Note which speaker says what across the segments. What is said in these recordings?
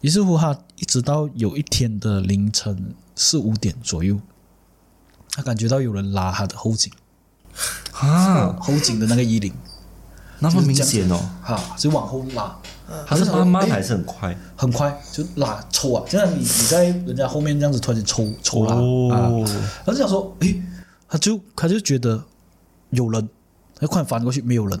Speaker 1: 于是乎，他一直到有一天的凌晨四五点左右，他感觉到有人拉他的后颈，
Speaker 2: 啊，
Speaker 1: 后颈的那个衣领，
Speaker 2: 那么明显哦，
Speaker 1: 哈、就往后拉，
Speaker 2: 他是慢
Speaker 3: 哎
Speaker 2: 慢还
Speaker 1: 是
Speaker 2: 是很快？
Speaker 1: 很快就拉抽啊，就像你你在人家后面这样子突然间抽抽拉、
Speaker 2: 哦
Speaker 1: 啊，然后就想说，诶，他就他就觉得有人，他就快点翻过去，没有人，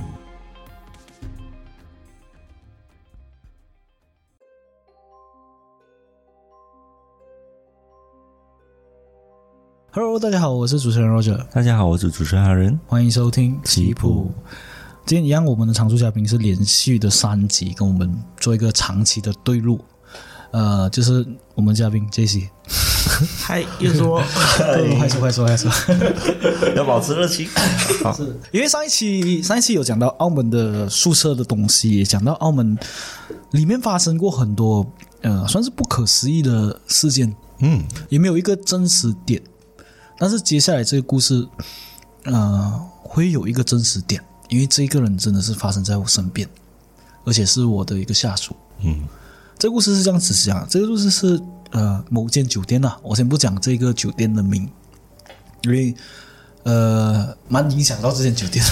Speaker 1: Hello，大家好，我是主持人 Roger，
Speaker 3: 大家好，我是主持人阿仁。
Speaker 1: 欢迎收听
Speaker 3: 棋谱。
Speaker 1: 今天一样，我们的常驻嘉宾是连续的三集跟我们做一个长期的对路，呃，就是我们嘉宾 J C， 哦
Speaker 2: 嗨，又 说
Speaker 1: 快说快说快说，
Speaker 3: 要保持热情。 好，
Speaker 1: 因为上一期上一期有讲到澳门的宿舍的东西，也讲到澳门里面发生过很多呃，算是不可思议的事件，
Speaker 3: 嗯，
Speaker 1: 也没有一个真实点。但是接下来这个故事，呃，会有一个真实点，因为这个人真的是发生在我身边，而且是我的一个下属。
Speaker 3: 嗯，
Speaker 1: 这个故事是这样子讲，这个故事是呃某间酒店啊，我先不讲这个酒店的名，因为呃蛮影响到这间酒店，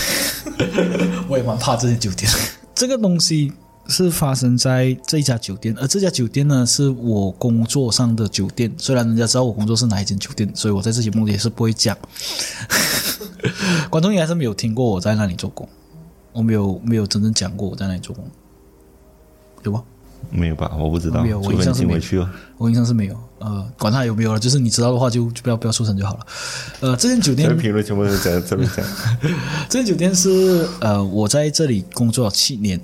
Speaker 1: 我也蛮怕这间酒店。这个东西是发生在这家酒店，而这家酒店呢是我工作上的酒店，虽然人家知道我工作是哪一间酒店，所以我在这节目里也是不会讲。 观众应该是没有听过我在那里做工，我没有没有真正讲过我在那里做工，有吗？
Speaker 3: 没有吧？我不知道，
Speaker 1: 没有我
Speaker 3: 除非
Speaker 1: 印
Speaker 3: 你
Speaker 1: 象是
Speaker 3: 请
Speaker 1: 没有
Speaker 3: 回去哦。
Speaker 1: 我印象是没有，呃，管他有没有了，就是你知道的话就就不要不要出声就好了。呃，这间酒
Speaker 3: 这
Speaker 1: 店
Speaker 3: 个评论全部都是讲这边讲，
Speaker 1: 这间酒店是呃，我在这里工作了七年，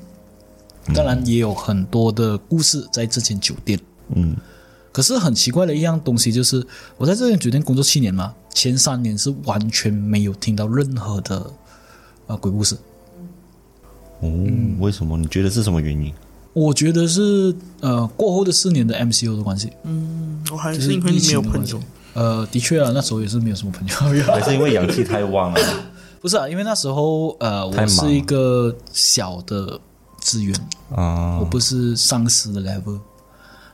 Speaker 4: 嗯
Speaker 1: 当然也有很多的故事在这间酒店。
Speaker 3: 嗯，
Speaker 1: 可是很奇怪的一样东西就是，我在这间酒店工作七年嘛，前三年是完全没有听到任何的呃鬼故事。嗯
Speaker 3: 哦，为什么？你觉得是什么原因？
Speaker 1: 我觉得是呃过后的四年的 MCO 的关系，
Speaker 4: 我还
Speaker 1: 就是
Speaker 4: 是因为
Speaker 1: 疫
Speaker 4: 你没
Speaker 1: 情
Speaker 4: 有
Speaker 1: 的
Speaker 4: 朋
Speaker 1: 关系
Speaker 4: 友，。
Speaker 1: 呃，的确啊，那时候也是没有什么朋友。
Speaker 3: 还是因为氧气太旺 了？
Speaker 1: 不是啊，因为那时候呃，
Speaker 3: 太
Speaker 1: 我
Speaker 3: 忙
Speaker 1: 是一个小的资源，
Speaker 3: 啊
Speaker 1: 我，不是上司的 level，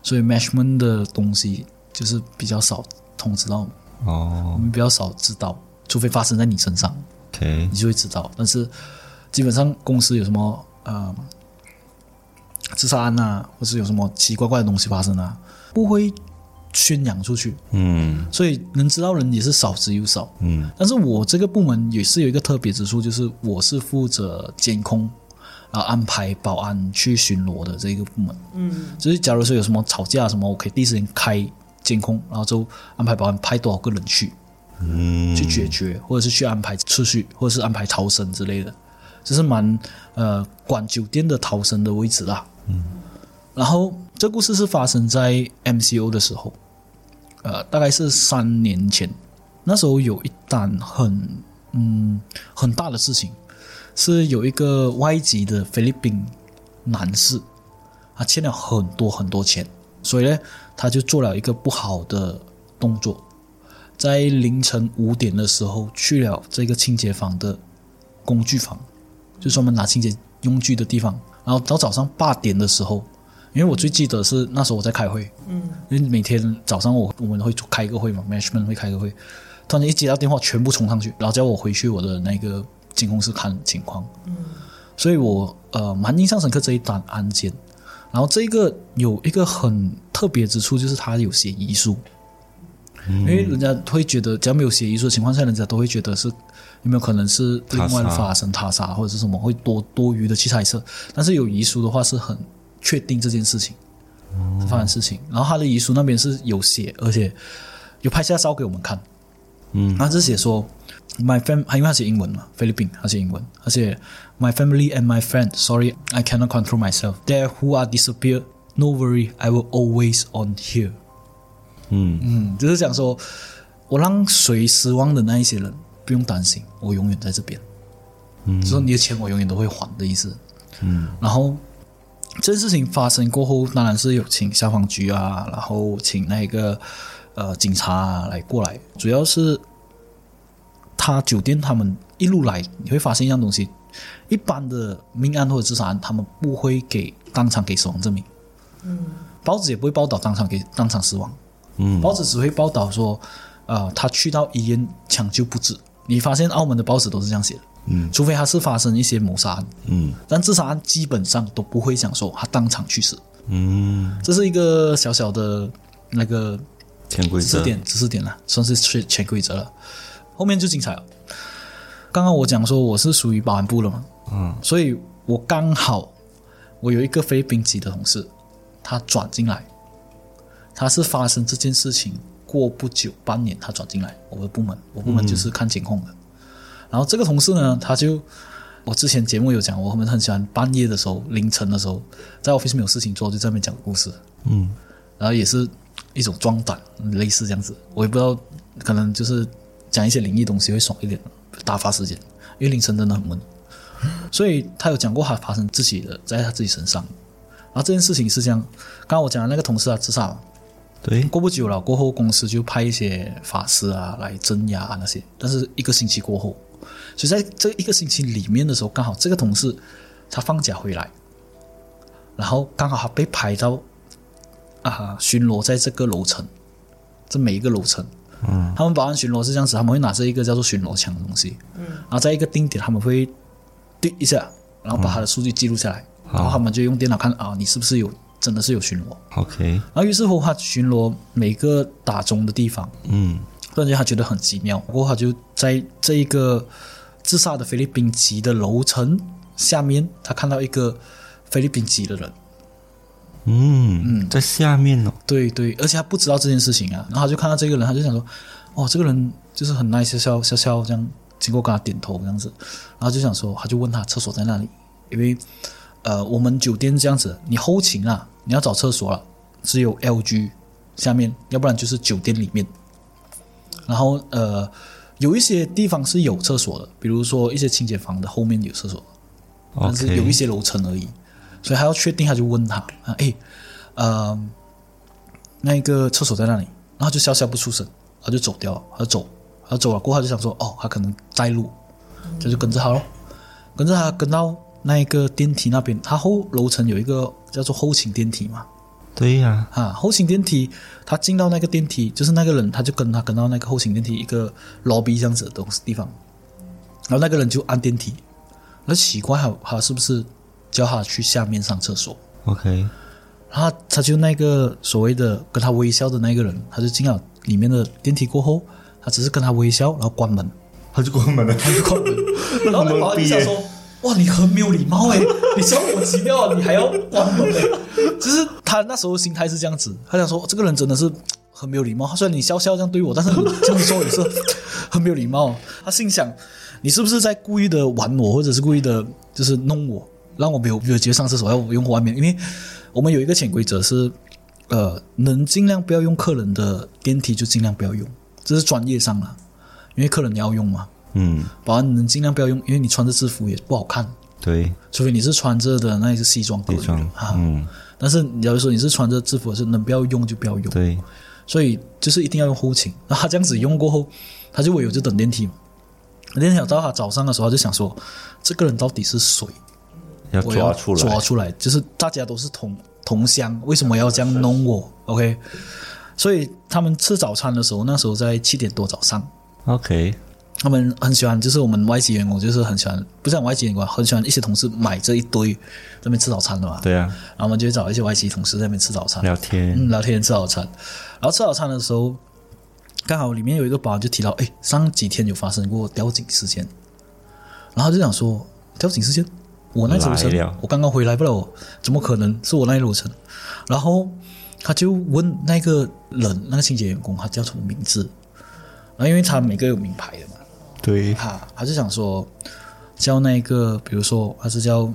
Speaker 1: 所以 management 的东西就是比较少通知到我们，我
Speaker 3: 哦
Speaker 1: 们比较少知道，除非发生在你身上，
Speaker 3: ，OK，
Speaker 1: 你就会知道。但是基本上公司有什么呃自杀案啊，或是有什么奇奇怪怪的东西发生啊，不会宣扬出去，
Speaker 3: 嗯
Speaker 1: 所以能知道人也是少之又少。
Speaker 3: 嗯
Speaker 1: 但是我这个部门也是有一个特别之处，就是我是负责监控，然后安排保安去巡逻的这个部门。
Speaker 4: 嗯，
Speaker 1: 就是假如说有什么吵架什么，我可以第一时间开监控，然后就安排保安派多少个人去
Speaker 3: 嗯，
Speaker 1: 去解决，或者是去安排次序，或者是安排逃生之类的，这是蛮呃管酒店的逃生的位置啦。嗯，然后这故事是发生在 MCO 的时候，呃，大概是三年前，那时候有一单很嗯很大的事情，是有一个外籍的菲律宾男士，他欠了很多很多钱，所以呢，他就做了一个不好的动作，在凌晨五点的时候去了这个清洁房的工具房，就是专门拿清洁用具的地方，然后到早上八点的时候。因为我最记得是那时候我在开会，嗯，因为每天早上我我们会开一个会嘛，management 会开一个会，突然间一接到电话，全部冲上去，然后叫我回去我的那个监控室看情况。嗯，所以我呃蛮印象深刻这一单案件。然后这个有一个很特别之处，就是它有写遗书，因为人家会觉得，只要没有写遗书的情况下，人家都会觉得是有没有可能是另外
Speaker 3: 他杀
Speaker 1: 发生他杀或者是什么，会多多余的去猜测。但是有遗书的话，是很确定这件事情是发生事情。然后他的遗书那边是有写，而且有拍下照给我们看。
Speaker 3: 嗯
Speaker 1: 他是写说，My fam，他因为他写英文嘛，菲律宾，他写英文，他写 My family and my friend, sorry, I cannot control myself. There who are disappeared, no worry, I will always on here.
Speaker 3: 嗯
Speaker 1: 嗯，就是想说，我让谁失望的那一些人不用担心，我永远在这边。嗯，就说你的钱我永远都会还的意思。嗯，然后这件事情发生过后，当然是有请消防局啊，然后请那个呃警察、啊、来过来，主要是他酒店他们一路来，你会发现一样东西，一般的命案或者自杀案，他们不会给当场给死亡证明，嗯，报纸也不会报道当场给当场死亡，
Speaker 3: 嗯
Speaker 1: 报纸只会报道说，呃，他去到医院抢救不治。你发现澳门的报纸都是这样写的，嗯，除非他是发生一些谋杀案，
Speaker 3: 嗯
Speaker 1: 但自杀案基本上都不会讲说他当场去世，
Speaker 3: 嗯，
Speaker 1: 这是一个小小的那个
Speaker 3: 潜规
Speaker 1: 知识
Speaker 3: 则，
Speaker 1: 点，知识点了，算是潜潜规则了。后面就精彩了。刚刚我讲说我是属于保安部的嘛，嗯，所以我刚好我有一个菲律宾籍的同事，他转进来，他是发生这件事情过不久半年，他转进来我的部门，我部门就是看监控的。
Speaker 3: 嗯
Speaker 1: 然后这个同事呢，他就我之前节目有讲，我们很喜欢半夜的时候、凌晨的时候，在 office 没有事情做，就在那边讲故事。
Speaker 3: 嗯
Speaker 1: 然后也是一种装胆，类似这样子。我也不知道，可能就是讲一些灵异东西会爽一点，打发时间。因为凌晨真的很闷，所以他有讲过他发生自己的在他自己身上。然后这件事情是这样，刚刚我讲的那个同事啊自杀了，
Speaker 3: 对，
Speaker 1: 过不久了过后，公司就派一些法师啊来镇压啊那些，但是一个星期过后，所以在这一个星期里面的时候，刚好这个同事他放假回来，然后刚好他被排到啊巡逻在这个楼层，这每一个楼层，嗯，他们保安巡逻是这样子，他们会拿着一个叫做巡逻枪的东西，嗯，然后在一个定点他们会对一下，然后把他的数据记录下来，然后他们就用电脑看啊你是不是有真的是有巡逻，
Speaker 3: OK，
Speaker 1: 然后于是乎他巡逻每个打钟的地方，
Speaker 3: 嗯
Speaker 1: 突然间他觉得很奇妙，过后他就在这一个自杀的菲律宾籍的楼层下面，他看到一个菲律宾籍的人，
Speaker 3: 嗯，在下面哦，
Speaker 1: 对对，而且他不知道这件事情啊，然后他就看到这个人，他就想说，哦，这个人就是很 nice，笑笑笑笑这样，经过跟他点头这样子，然后就想说，他就问他厕所在哪里，因为呃，我们酒店这样子，你后勤啊，你要找厕所了，只有 LG 下面，要不然就是酒店里面，然后呃，有一些地方是有厕所的，比如说一些清洁房的后面有厕所，但是
Speaker 3: OK
Speaker 1: 有一些楼层而已，所以他要确定，他就问他啊，诶，呃，那个厕所在那里，然后就笑笑不出声，他就走掉了，他就走，他走了过后他就想说，哦，他可能带路，他就跟着他咯，跟着他跟到那个电梯那边，他后楼层有一个叫做后勤电梯嘛，
Speaker 3: 对呀，
Speaker 1: 啊，后勤电梯，他进到那个电梯，就是那个人，他就跟他跟到那个后勤电梯一个 lobby 这样子的东西地方，然后那个人就按电梯，那奇怪，他他是不是叫他去下面上厕所？
Speaker 3: ，OK，
Speaker 1: 然后他就那个所谓的跟他微笑的那个人，他就进了里面的电梯过后，他只是跟他微笑，然后关门，
Speaker 2: 他就关门 了。
Speaker 1: 他就关门， 然后那个保安就想说：“哇，你很没有礼貌哎、你笑我奇妙啊，你还要关门哎、就是他那时候心态是这样子，他想说这个人真的是很没有礼貌。虽然你呃笑笑这样对我，但是你这样子说也是很没有礼貌。他心想，你是不是在故意的玩我，或者是故意的，就是弄我，让我没有没有机会上厕所，要我用外面？因为我们有一个潜规则是，呃，能尽量不要用客人的电梯就尽量不要用，这是专业上了，因为客人要用嘛。
Speaker 3: 嗯，
Speaker 1: 保安能尽量不要用，因为你穿着制服也不好看，
Speaker 3: 对，
Speaker 1: 除非你是穿着的那一个西装革
Speaker 3: 地
Speaker 1: 履
Speaker 3: 装，
Speaker 1: 啊。
Speaker 3: 嗯，
Speaker 1: 但是你要是说你是穿着制服，是能不要用就不要用，
Speaker 3: 对，
Speaker 1: 所以就是一定要用后勤。然后他这样子用过后，他就唯有就等电梯嘛。等电梯到他早上的时候，他就想说，这个人到底是谁？
Speaker 3: 要
Speaker 1: 我要
Speaker 3: 抓出来，
Speaker 1: 抓出来，就是大家都是同同乡，为什么要这样弄我？OK，所以他们吃早餐的时候，那时候在七点多早上，
Speaker 3: OK，
Speaker 1: 他们很喜欢，就是我们外籍员工，就是很喜欢，不是讲外籍员工啊，很喜欢一些同事买这一堆在那边吃早餐的嘛。。
Speaker 3: 对啊，
Speaker 1: 然后我们就会找一些外籍同事在那边吃早餐，
Speaker 3: 聊天
Speaker 1: 嗯，聊天吃早餐。然后吃早餐的时候，刚好里面有一个保安就提到，哎，上几天有发生过吊颈事件，然后他就想说吊颈事件，我那一楼层
Speaker 3: 来了，
Speaker 1: 我刚刚回来不了，怎么可能是我那一楼层？然后他就问那个人，那个清洁员工，他叫什么名字？然后因为他每个有名牌的嘛。
Speaker 3: 对，
Speaker 1: 他他就想说叫那个，比如说他是叫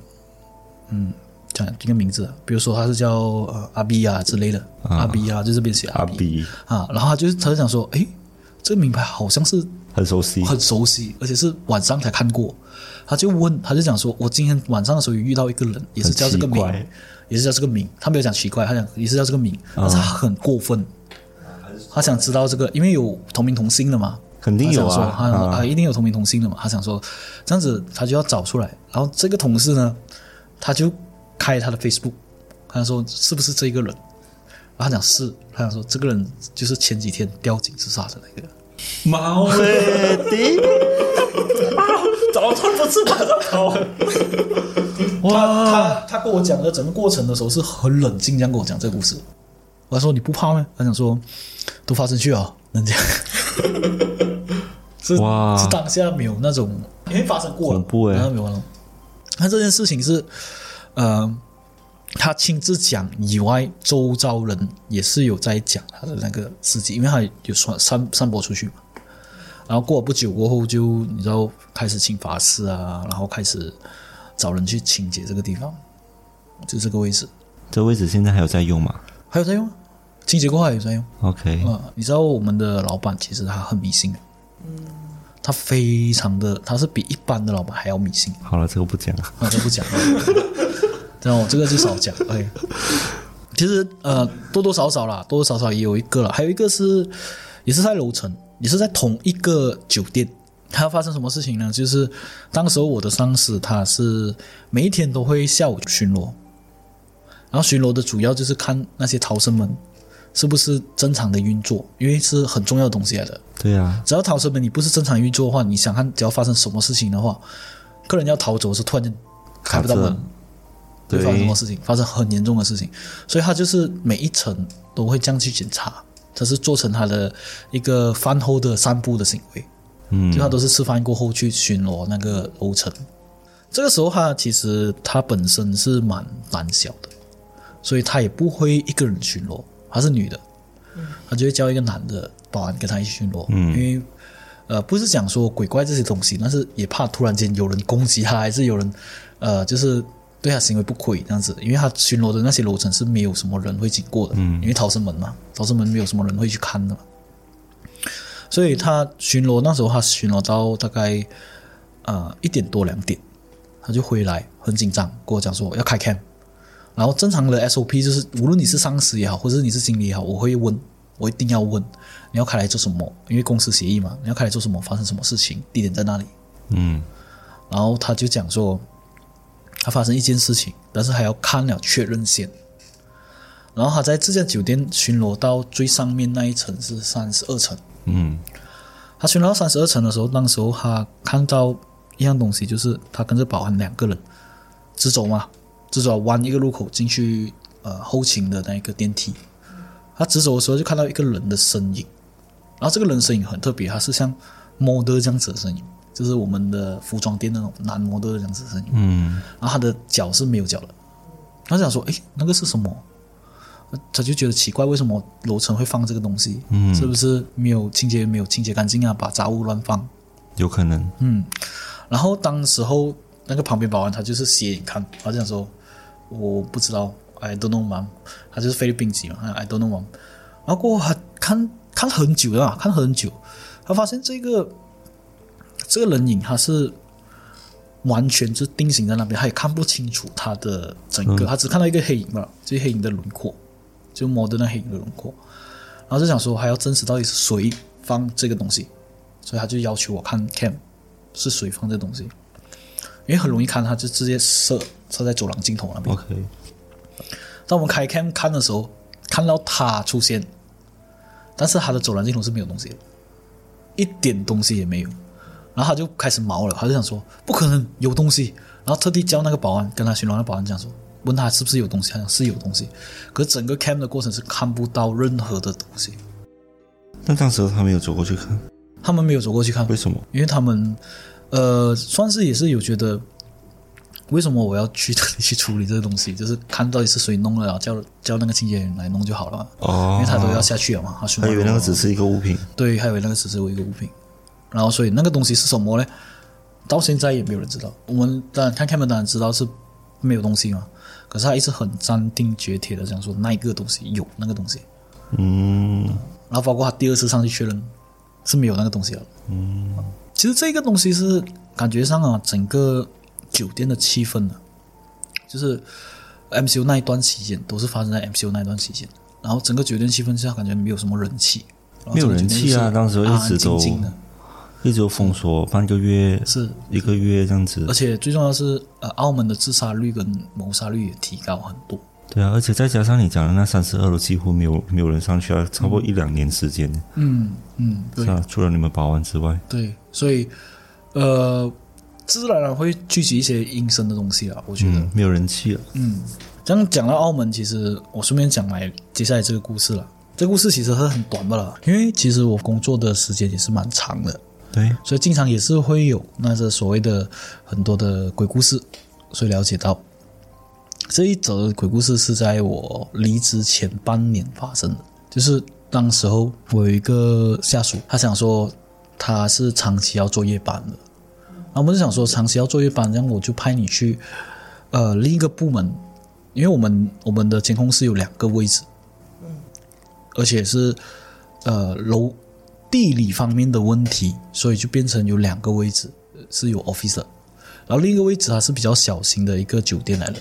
Speaker 1: 嗯讲一个名字啊，比如说他是叫呃阿 B 啊之类的，阿 B 啊就这边写
Speaker 3: 阿
Speaker 1: 阿 B
Speaker 3: 比
Speaker 1: 啊，然后他就他就想说，诶，这个名牌好像是
Speaker 3: 很熟悉，
Speaker 1: 很熟悉，而且是晚上才看过。他就问，他就讲说，我今天晚上的时候有遇到一个人，也是叫这个名
Speaker 3: 很奇怪，
Speaker 1: 也是叫这个名。他没有讲奇怪，他讲也是叫这个名，
Speaker 3: 嗯
Speaker 1: 但是他很过分，他想知道这个，因为有同名同姓的嘛，
Speaker 3: 肯定有
Speaker 1: 他想说
Speaker 3: 啊
Speaker 1: 他
Speaker 3: 啊
Speaker 1: 啊，一定有同名同姓的嘛。他想说这样子，他就要找出来。然后这个同事呢，他就开他的 Facebook，他说是不是这一个人？然后他讲是，他想说这个人就是前几天吊颈自杀的那个人。哦
Speaker 2: 猫嘞，滴，早上不吃，晚上跑。
Speaker 1: 他他他跟我讲的整个过程的时候是很冷静，这样跟我讲这个故事。我还说你不怕吗？他讲说都发生去啊，能这样。是
Speaker 3: 哇
Speaker 1: 是当下没有那种，因为发生过了，
Speaker 3: 恐怖欸
Speaker 1: 然后没有了。那这件事情是，呃，他亲自讲以外，周遭人也是有在讲他的那个事迹，因为他有传散散播出去嘛。然后过了不久过后就，你知道开始请法师啊，然后开始找人去清洁这个地方，就这个位置
Speaker 3: 这位置现在还有在用吗
Speaker 1: 还有在用啊，清洁过后还有在用。
Speaker 3: ？OK，
Speaker 1: 啊，你知道我们的老板其实他很迷信的，他非常的，他是比一般的老板还要迷信，
Speaker 3: 好了，这个不讲了。
Speaker 1: 啊我就不讲了。然后我这个就少讲。哎，其实呃，多多少少啦，多多少少也有一个了，还有一个是也是在楼层，也是在同一个酒店。它发生什么事情呢？就是当时候我的上司他是每一天都会下午巡逻，然后巡逻的主要就是看那些逃生门是不是正常的运作，因为是很重要的东西来的。
Speaker 3: 对啊，
Speaker 1: 只要逃生门你不是正常运作的话，你想看只要发生什么事情的话，客人要逃走是突然间开不到
Speaker 3: 卡
Speaker 1: 门
Speaker 3: 着，
Speaker 1: 会发生什
Speaker 3: 对
Speaker 1: 么事情？发生很严重的事情，所以他就是每一层都会这样去检查，他是做成他的一个饭后的散步的行为，
Speaker 3: 嗯
Speaker 1: 就他都是吃饭过后去巡逻那个楼层。这个时候他其实他本身是蛮胆小的，所以他也不会一个人巡逻，她是女的，他就会叫一个男的保安跟他一起巡逻，因为呃不是讲说鬼怪这些东西，但是也怕突然间有人攻击他，还是有人呃就是对他行为不轨这样子，因为他巡逻的那些楼层是没有什么人会经过的，因为逃生门嘛，逃生门没有什么人会去看的嘛，所以他巡逻那时候他巡逻到大概呃一点多两点，他就回来很紧张，跟我讲说要开 cam。然后正常的 SOP 就是，无论你是上司也好，或者是你是经理也好，我会问，我一定要问，你要开来做什么？因为公司协议嘛，你要开来做什么？发生什么事情？地点在哪里？
Speaker 3: 嗯，
Speaker 1: 然后他就讲说，他发生一件事情，但是还要看了确认先。然后他在这家酒店巡逻到最上面那一层是三十二层，
Speaker 3: 嗯，
Speaker 1: 他巡逻到三十二层的时候，那时候他看到一样东西，就是他跟着保安两个人直走嘛，直走弯一个路口进去呃后勤的那一个电梯。他直走的时候就看到一个人的身影，然后这个人身影很特别，他是像 model 这样子的身影，就是我们的服装店那种男 model 这样子的身影。
Speaker 3: 嗯，
Speaker 1: 然后他的脚是没有脚的。他想说，诶，那个是什么？他就觉得奇怪，为什么楼层会放这个东西？嗯，是不是没有清洁，没有清洁干净啊？把杂物乱放。
Speaker 3: 有可能。
Speaker 1: 嗯，然后当时候那个旁边保安他就是斜眼看，他就想说，我不知道，I don't know mom，他就是菲律宾籍嘛，I don't know mom。然后过后他看看很久了啊，看很久，他发现这个这个人影他是完全是定型在那边，他也看不清楚他的整个，他只看到一个黑影嘛，就是黑影的轮廓，就摩登那黑影的轮廓。然后就想说还要证实到底是谁放这个东西，所以他就要求我看 cam 是谁放这东西，因为很容易看，他就直接射射在走廊尽头那边。
Speaker 3: OK，
Speaker 1: 当我们开 cam 看的时候，看到他出现，但是他的走廊尽头是没有东西的，一点东西也没有。然后他就开始毛了，他就想说不可能有东西，然后特地叫那个保安跟他巡逻的保安讲说，问他是不是有东西，他讲是有东西，可是整个 cam 的过程是看不到任何的东西，
Speaker 3: 但当时他没有走过去看，
Speaker 1: 他们没有走过去看，
Speaker 3: 为什么？
Speaker 1: 因为他们呃算是也是有觉得，为什么我要去特地去处理这个东西？就是看到底是谁弄了，然后叫叫那个清洁员来弄就好了嘛。
Speaker 3: 哦
Speaker 1: 因为他都要下去了嘛，他循
Speaker 3: 他
Speaker 1: 环
Speaker 3: 以为那个只
Speaker 1: 是
Speaker 3: 是一个物品。
Speaker 1: 对，他以为那个只是我一个物品，然后所以那个东西是什么呢？到现在也没有人知道。我们当然看开门，当然知道是没有东西嘛，可是他一直很斩钉截铁的讲说那一个东西有那个东西，
Speaker 3: 嗯，
Speaker 1: 然后包括他第二次上去确认，是没有那个东西了。嗯，其实这个东西是感觉上啊，整个酒店的气氛呢、啊就是 MCU 那一段期间都是发生在 MCU 那一段期间，然后整个酒店气氛下感觉没有什么人气，然后
Speaker 3: 没有
Speaker 1: 整个酒店
Speaker 3: 人气啊
Speaker 1: 就是
Speaker 3: 当时
Speaker 1: 安
Speaker 3: 一直
Speaker 1: 安静
Speaker 3: 都
Speaker 1: 静的，
Speaker 3: 一直都封锁半个月，
Speaker 1: 是
Speaker 3: 一个月这样子
Speaker 1: 而。且最重要的是，呃，澳门的自杀率跟谋杀率也提高很多。
Speaker 3: 对啊，而且再加上你讲的那三十二楼几乎没有没有人上去啊，差不多一两年时间，
Speaker 1: 嗯嗯，对
Speaker 3: 是啊，除了你们保安之外，
Speaker 1: 对，所以呃，自然而然会聚集一些阴森的东西啊啦。我觉得，
Speaker 3: 嗯，没有人气了。
Speaker 1: 嗯，这样讲到澳门，其实我顺便讲来接下来这个故事了。这故事其实是很短的了，因为其实我工作的时间也是蛮长的，
Speaker 3: 对，
Speaker 1: 所以经常也是会有那些所谓的很多的鬼故事，所以了解到这一则鬼故事是在我离职前半年发生的，就是当时候我有一个下属，他想说他是长期要做夜班的，然后我们就想说长期要做夜班，这样我就派你去呃另一个部门，因为我们我们的监控室有两个位置，而且是呃楼地理方面的问题，所以就变成有两个位置呃是有 officer，然后另一个位置它是比较小型的一个酒店来的，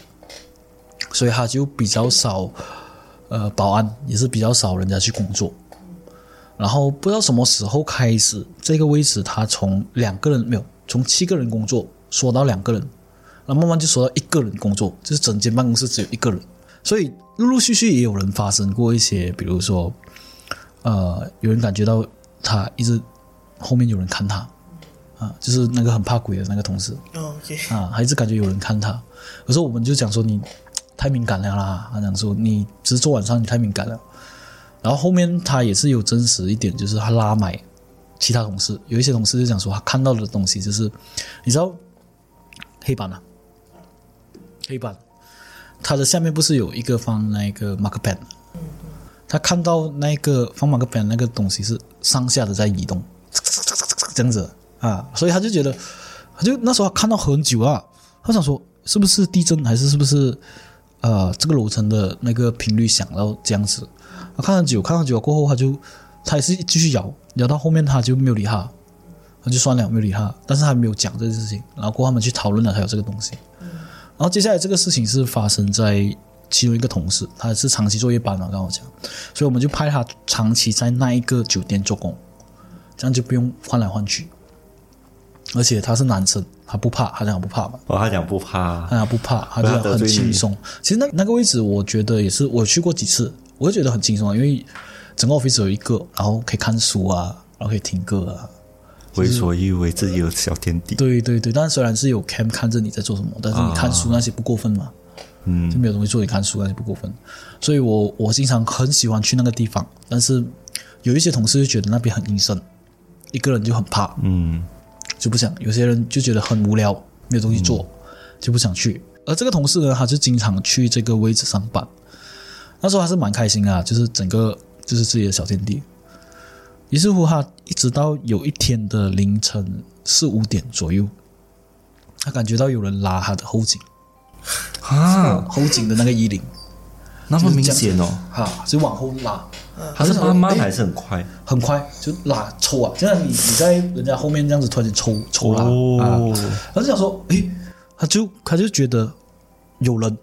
Speaker 1: 所以它就比较少呃保安，也是比较少人家去工作。然后不知道什么时候开始，这个位置它从两个人没有从七个人工作缩到两个人，那慢慢就缩到一个人工作，就是整间办公室只有一个人。所以陆陆续续也有人发生过一些，比如说，呃，有人感觉到他一直后面有人看他，啊，就是那个很怕鬼的那个同事，
Speaker 2: 哦 OK，
Speaker 1: 啊，还是感觉有人看他。可是我们就讲说你太敏感了啦，他讲说你只是做晚上你太敏感了。然后后面他也是有真实一点，就是他拉买其他同事，有一些同事就讲说他看到的东西就是，你知道黑板啊，黑板，它的下面不是有一个放那个 marker pen，他看到那个放 marker pen 那个东西是上下的在移动，这样子啊，所以他就觉得，他就那时候他看到很久啊，他想说是不是地震，还是是不是呃这个楼层的那个频率响到这样子，他看很久，看很久过后，他就他也是继续摇，摇到后面他就没有理他，他就算了没有理他，但是他没有讲这件事情，然后过后他们去讨论了才有这个东西，然后接下来这个事情是发生在。其中一个同事，他是长期做夜班嘛，啊跟我讲，所以我们就派他长期在那一个酒店做工，这样就不用换来换去。而且他是男生，他不怕，他讲不怕嘛，
Speaker 3: 哦，他讲不怕
Speaker 1: 他，讲不怕，他就很轻松。其实那那个位置，我觉得也是我去过几次，我就觉得很轻松啊，因为整个 office 有一个，然后可以看书啊，然后可以听歌啊。
Speaker 3: 为所欲为，自己有小天地。
Speaker 1: 对对对，但虽然是有 cam 看着你在做什么，但是你看书那些不过分嘛。
Speaker 3: 嗯
Speaker 1: 就没有东西做，你看书那些不过分。所以我我经常很喜欢去那个地方，但是有一些同事就觉得那边很阴森，一个人就很怕，
Speaker 3: 嗯，
Speaker 1: 就不想；有些人就觉得很无聊，没有东西做，就不想去。而这个同事呢，他就经常去这个位置上班，那时候还是蛮开心啊，就是整个就是自己的小天地。于是乎，他一直到有一天的凌晨四五点左右，他感觉到有人拉他的后颈，
Speaker 3: 啊，
Speaker 1: 后颈的那个衣领，
Speaker 3: 那么明显哦，
Speaker 1: 哈，就往后拉，
Speaker 3: 他是慢
Speaker 1: 哎
Speaker 3: 慢还是很快？
Speaker 1: 很快就拉抽啊，就像你你在人家后面这样子突然间抽抽拉、
Speaker 3: 哦
Speaker 1: 啊，他就想说，诶，他就他就觉得有人，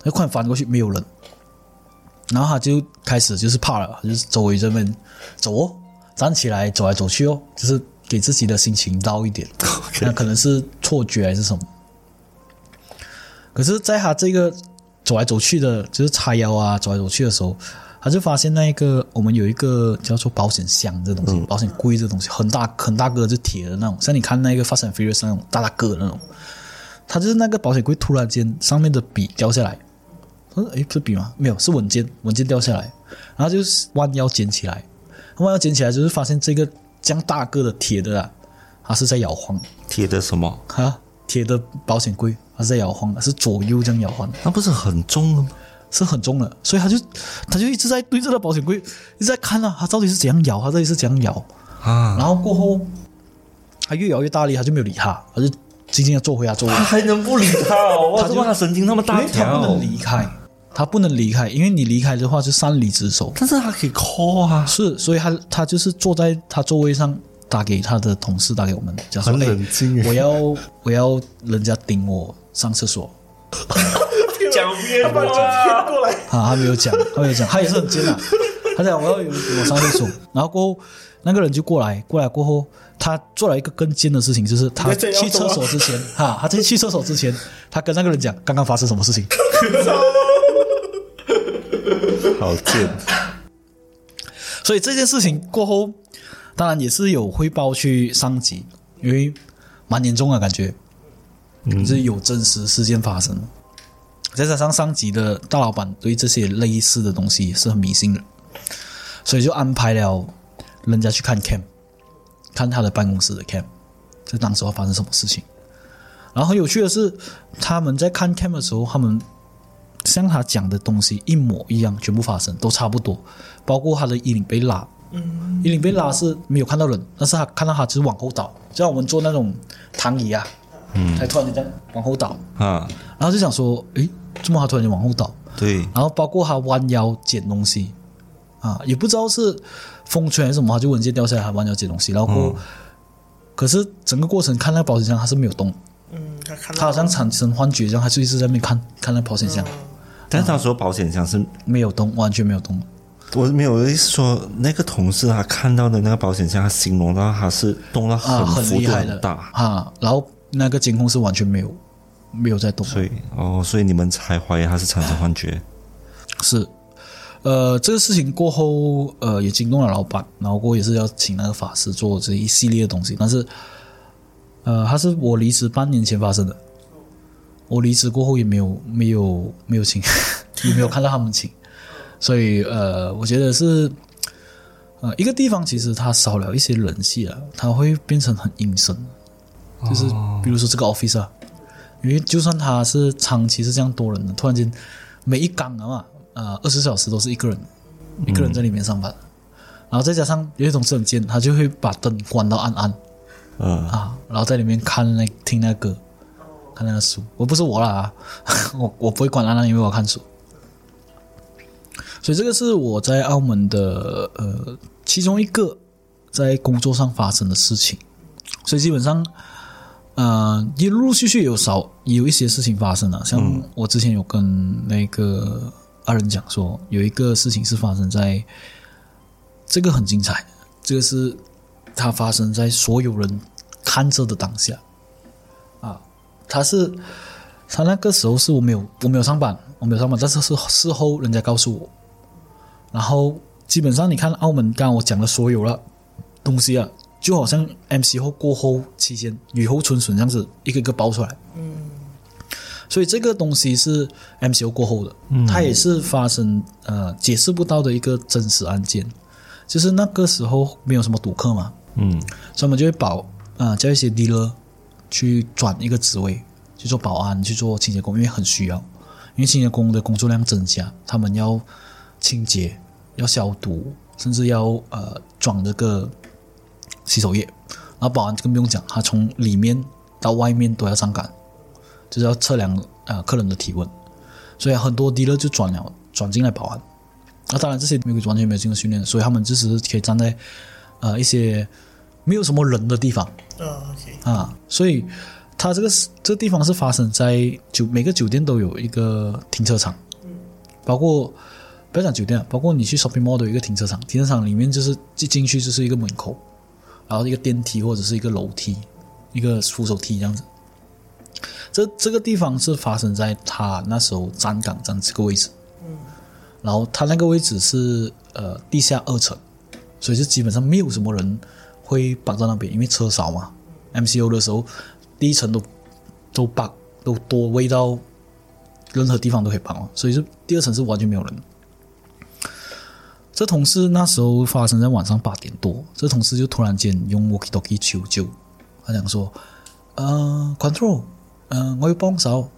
Speaker 1: 他就快点翻过去没有人，然后他就开始就是怕了，他就是周围这边走哦，站起来走来走去哦，就是给自己的心情绕一点，那可能是错觉还是什么。可是，在他这个走来走去的，就是叉腰啊，走来走去的时候，他就发现那一个我们有一个叫做保险箱这东西，保险柜这东西很大很大个，就铁的那种，像你看那个《Fast and Furious》那种大大个的那种。他就是那个保险柜突然间上面的笔掉下来，他说：“诶，不是笔吗？没有，是文件，文件掉下来。”然后就是弯腰捡起来，弯腰捡起来就是发现这个这样大个的铁的啊，它是在摇晃，
Speaker 3: 贴的什么？
Speaker 1: 哈，铁的保险柜它是在摇晃的，是左右这样摇晃的。
Speaker 3: 那不是很重的吗？
Speaker 1: 是很重的，所以他就他就一直在对着那保险柜一直在看啊，他到底是怎样摇，他到底是怎样摇。
Speaker 3: 啊，
Speaker 1: 然后过后，他越摇越大力，他就没有理他，他就静静的坐回他座位，
Speaker 3: 还能不理 他哦？哇，
Speaker 1: 他就
Speaker 3: 这妈神经那么
Speaker 1: 因
Speaker 3: 大
Speaker 1: 为他不
Speaker 3: 条
Speaker 1: 能，离开，他不能离开，因为你离开的话就擅离职守。
Speaker 3: 但是他可以 call 啊，
Speaker 1: 是，所以他他就是坐在他座位上，打给他的同事，打给我们，讲说
Speaker 4: 很
Speaker 1: 哎
Speaker 4: 冷静耶
Speaker 1: 我要我要人家盯我上厕所
Speaker 2: 讲面话，
Speaker 1: 啊，他没有 讲，他没有讲，他也是很尖啊，他讲我要有人给我上厕所，然后过后那个人就过来，过来过后，他做了一个更尖的事情，就是他
Speaker 4: 你在这样
Speaker 1: 去
Speaker 4: 做
Speaker 1: 厕
Speaker 4: 啊
Speaker 1: 所之前，哈，他在去厕所之前，他跟那个人讲刚刚发生什么事情，
Speaker 3: 好贱，
Speaker 1: 所以这件事情过后，当然也是有汇报去上级，因为蛮严重啊，感觉，就是有真实事件发生。再加上上级的大老板对这些类似的东西也是很迷信的，所以就安排了人家去看 cam，看他的办公室的 cam，就当时候发生什么事情。然后很有趣的是，他们在看 cam 的时候，他们像他讲的东西一模一样，全部发生都差不多，包括他的衣领被拉，衣领被拉是没有看到人，但是他看到他就是往后倒，就像我们做那种躺椅啊，嗯，他突然间这样往后倒，
Speaker 3: 啊，
Speaker 1: 然后就想说，诶，怎么他突然间往后倒？
Speaker 3: 对，
Speaker 1: 然后包括他弯腰捡东西，啊，也不知道是风吹还是什么，他就文件掉下来，他弯腰捡东西，然后过后、可是整个过程看那个保险箱他是没有动，
Speaker 4: 嗯，他看
Speaker 1: 他好像产生幻觉一样，他就一直在那边看看那保险箱，
Speaker 3: 但是他说保险箱是，
Speaker 1: 没有动，完全没有动。
Speaker 3: 我没有我的意思说那个同事他看到的那个保险箱，他形容到他是动到
Speaker 1: 啊，
Speaker 3: 很幅
Speaker 1: 厉
Speaker 3: 度
Speaker 1: 害的
Speaker 3: 很大，
Speaker 1: 啊。然后那个监控是完全没有没有在动，
Speaker 3: 所以哦，所以你们才怀疑他是产生幻觉，
Speaker 1: 是呃这个事情过后呃也惊动了老板，然后过后也是要请那个法师做这一系列的东西，但是呃他是我离职半年前发生的，我离职过后也没有没有没有请， 也没有看到他们请，所以呃我觉得是。呃，一个地方其实它少了一些人气啊，它会变成很阴森，就是比如说这个 office 啊，因为就算他是长期是这样多人的，突然间每一岗啊嘛，呃，二十小时都是一个人，一个人在里面上班，然后再加上有一种是很贱，他就会把灯关到暗暗
Speaker 3: 嗯，
Speaker 1: 啊，然后在里面看那听那歌，看那个书。我不是我啦、 啊，我我不会关暗暗，因为我看书。所以这个是我在澳门的呃其中一个在工作上发生的事情，所以基本上。呃，也陆陆续续有少有一些事情发生了，啊像我之前有跟那个二人讲说，有一个事情是发生在，这个很精彩，这个是它发生在所有人看着的当下，啊，啊他是他那个时候是我没有我没有上班，我没有上班，但是是事后人家告诉我，然后基本上你看澳门刚刚我讲的所有了东西啊，就好像 MC 后过后期间雨后春笋这样子一个一个爆出来，嗯，所以这个东西是 MC 后过后的，它也是发生呃解释不到的一个真实案件，就是那个时候没有什么赌客嘛，
Speaker 3: 嗯，
Speaker 1: 所以我们就会保啊、呃叫一些 dealer 去转一个职位，去做保安，去做清洁工，因为很需要，因为清洁工的工作量增加，他们要清洁、要消毒，甚至要呃装这个洗手液，然后保安更不用讲，他从里面到外面都要上岗，就是要测量呃客人的体温，所以很多 dealer 就转了转进来保安。那当然，这些没有完全没有经过训练，所以他们只是可以站在呃一些没有什么人的地方
Speaker 2: 哦
Speaker 4: 嗯，OK，
Speaker 1: 啊，所以它这个是这个地方是发生在酒每个酒店都有一个停车场，包括不要讲酒店啊，包括你去 shopping mall 都有一个停车场，停车场里面就是一进去就是一个门口，然后一个电梯或者是一个楼梯，一个扶手梯这样子。这这个地方是发生在他那时候站岗站这个位置，然后他那个位置是呃地下二层，所以就基本上没有什么人会绑在那边，因为车少嘛。MCO 的时候，第一层都都绑都多位到任何地方都可以绑哦，所以就第二层是完全没有人。这同事那时候发生在晚上八点多，这同事就突然间用 walkie talkie 求救，他讲说：“呃，control，呃，我要帮手。”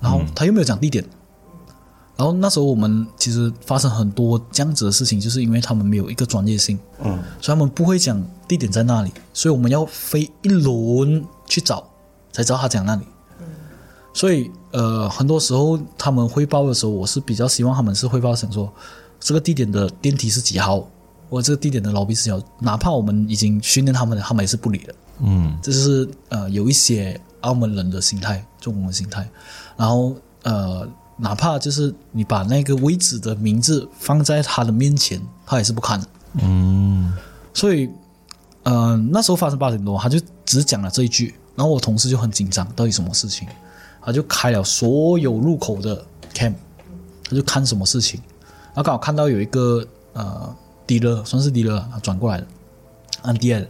Speaker 1: 然后他又没有讲地点，然后那时候我们其实发生很多这样子的事情，就是因为他们没有一个专业性，嗯，所以他们不会讲地点在那里，所以我们要飞一轮去找，才知道他讲那里。所以呃，很多时候他们汇报的时候，我是比较希望他们是汇报想说这个地点的电梯是几号，我这个地点的老毕是有，哪怕我们已经训练他们了，他们也是不理的。
Speaker 3: 嗯
Speaker 1: 这就是呃有一些澳门人的心态，中国人的心态。然后呃，哪怕就是你把那个位置的名字放在他的面前，他也是不看的。
Speaker 3: 嗯
Speaker 1: 所以呃那时候发生八点多，他就只讲了这一句，然后我同事就很紧张，到底什么事情？他就开了所有入口的 cam，他就看什么事情。然后刚好看到有一个呃 dealer，算是 dealer，啊他转过来的，按 D 的，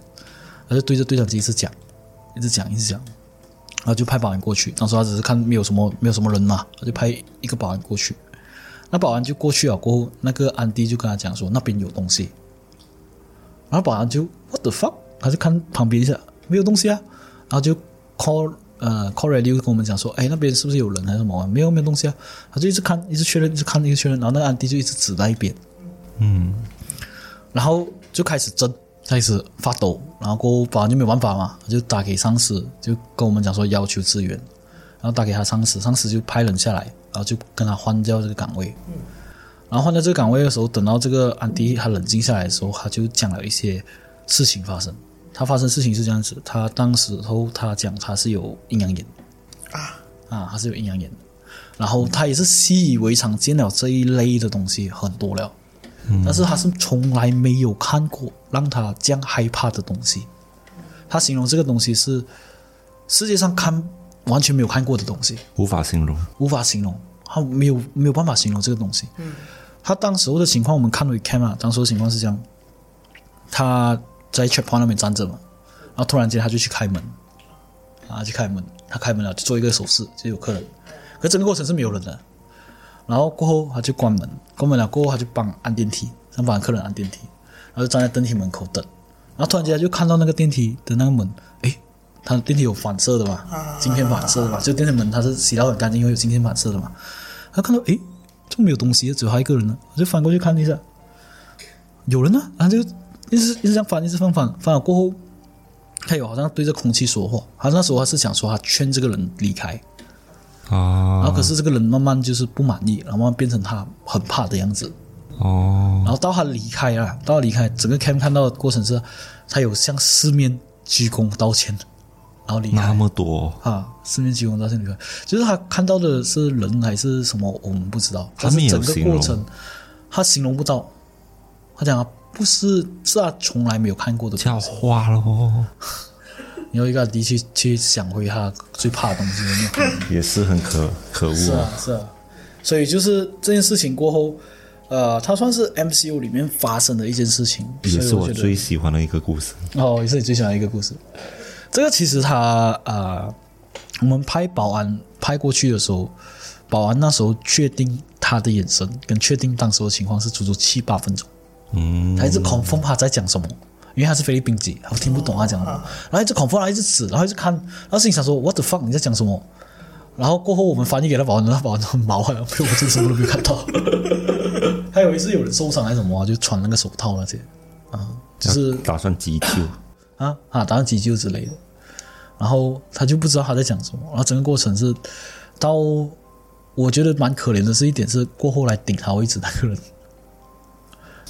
Speaker 1: 他就对着对讲机一直讲，一直讲，一直讲，然后就派保安过去。当时他只是看没有什么没有什么人嘛，他就派一个保安过去。那保安就过去了，过后那个安迪就跟他讲说那边有东西，然后保安就 what the fuck，他就看旁边一下没有东西啊，然后就 call 呃 call radio 跟我们讲说，哎那边是不是有人还是什么啊？没有没有东西啊，他就一直看一直确认一直看一直确认，然后那个安迪就一直指那一边，然后就开始震，开始发抖，然后过后保安就没有办法嘛，就打给上司，就跟我们讲说要求支援，然后打给他上司，上司就派人下来，然后就跟他换掉这个岗位。然后换掉这个岗位的时候，等到这个安迪他冷静下来的时候，他就讲了一些事情发生。他发生事情是这样子，他当时候他讲他是有阴阳眼啊啊，他是有阴阳眼的，然后他也是习以为常，见了这一类的东西很多了。但是他是从来没有看过让他这样害怕的东西。他形容这个东西是世界上看完全没有看过的东西，
Speaker 3: 无法形容。
Speaker 1: 无法形容，他没有没有办法形容这个东西。他当时候的情况，我们看了 cam 啊，当时候的情况是这样，他在 checkpoint 那边站着嘛，然后突然间他就去开门，啊，去开门，他开门了就做一个手势，就有客人，可整个过程是没有人的。然后过后他就关门，关门了过后他就帮按电梯，想帮客人按电梯，然后就站在电梯门口等，然后突然间他就看到那个电梯的那个门，诶，他的电梯有反射的嘛，镜片反射的嘛，就电梯门它是洗到很干净，因为有镜片反射的嘛，他看到诶，就没有东西，只有他一个人呢，我就翻过去看一下，有人呢、然后就一直一直这样翻，一直翻翻翻了过后，他有好像对着空气说话，他那时候他是想说他劝这个人离开，然
Speaker 3: 啊
Speaker 1: 后可是这个人慢慢就是不满意，然后慢慢变成他很怕的样子。
Speaker 3: 哦，
Speaker 1: 然后到他离开啊，到他离开，整个 cam 看到的过程是，他有向四面鞠躬道歉，然后离
Speaker 3: 那
Speaker 1: 开
Speaker 3: 么多，
Speaker 1: 啊，四面鞠躬道歉离开，就是他看到的是人还是什么，我们不知道。
Speaker 3: 他
Speaker 1: 但
Speaker 3: 没
Speaker 1: 是整
Speaker 3: 有
Speaker 1: 个过
Speaker 3: 形
Speaker 1: 程
Speaker 3: 容，
Speaker 1: 他形容不到，他讲他不是是他从来没有看过的
Speaker 3: 叫
Speaker 1: 东西。
Speaker 3: 花 咯，
Speaker 1: 你要一个的去去想回他最怕的东西有没有可能？
Speaker 3: 也是很可可
Speaker 1: 是
Speaker 3: 恶
Speaker 1: 啊，是啊，所以就是这件事情过后，呃，它算是 MCU 里面发生的一件事情，
Speaker 3: 也是
Speaker 1: 所以
Speaker 3: 我
Speaker 1: 觉得
Speaker 3: 最喜欢的一个故事。
Speaker 1: 哦，也是你最喜欢的一个故事。这个其实他啊、呃我们拍保安拍过去的时候，保安那时候确定他的眼神跟确定当时的情况是足足七八分钟，
Speaker 3: 嗯
Speaker 1: 他一直 confirm 他在讲什么。因为他是菲律宾籍，他听不懂他讲什么，然后一直 confirm，然后一直指，然后一直看，然后心里想说 What the fuck 你在讲什么？然后过后我们翻译给他保安，他保安很毛啊，被我这什么都没有看到。还有一次有人受伤还是什么啊，就穿那个手套那些，啊，就是
Speaker 3: 打算急 救，
Speaker 1: 啊啊，打算急救之类的。然后他就不知道他在讲什么，然后整个过程是到我觉得蛮可怜的是一点是过后来顶他位置那个人，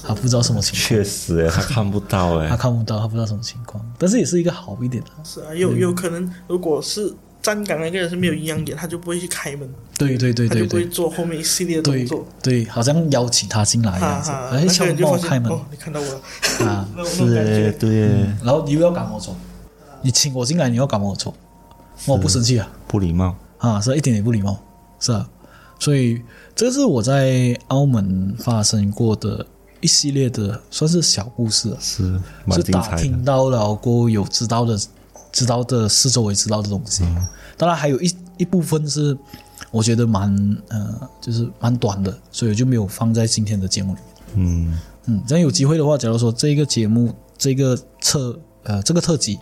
Speaker 1: 他不知道什么情况，
Speaker 3: 确实 诶，他看不到
Speaker 1: 他
Speaker 3: 诶，
Speaker 1: 看不到，他不知道什么情况，但是也是一个好一点的。
Speaker 2: 是啊，有
Speaker 1: 嗯
Speaker 2: 有可能，如果是站岗那个人是没有阴阳眼，他就不会去开门，
Speaker 1: 对对对
Speaker 2: 他就
Speaker 1: 对
Speaker 2: 不会
Speaker 1: 对
Speaker 2: 做后面一系列的动
Speaker 1: 对
Speaker 2: 作。
Speaker 1: 对，好像邀请他进来这
Speaker 2: 哈
Speaker 1: 样子，
Speaker 2: 哈，
Speaker 1: 哎，
Speaker 2: 那
Speaker 1: 敲
Speaker 2: 个人
Speaker 1: 门
Speaker 2: 就
Speaker 1: 帮我
Speaker 2: 发现
Speaker 1: 开门
Speaker 2: 哦，你看到我了，
Speaker 1: 啊，
Speaker 2: 那种那
Speaker 3: 是
Speaker 2: 种感
Speaker 3: 诶，
Speaker 2: 觉。
Speaker 3: 对诶，
Speaker 1: 然后你又要赶我走，你请我进来，你又赶我走，我不生气啊。
Speaker 3: 不礼貌。
Speaker 1: 啊，是啊一点也不礼貌，是啊。所以这是我在澳门发生过的一系列的，算是小故事、啊，
Speaker 3: 是蛮
Speaker 1: 是
Speaker 3: 精
Speaker 1: 打
Speaker 3: 彩的
Speaker 1: 听。到了过后有知道的，知道的四周围知道的东西。
Speaker 3: 嗯
Speaker 1: 当然还有一一部分是我觉得蛮呃，就是蛮短的，所以我就没有放在今天的节目里面。
Speaker 3: 嗯，
Speaker 1: 嗯，这样有机会的话，假如说这个节目这个特呃这个特辑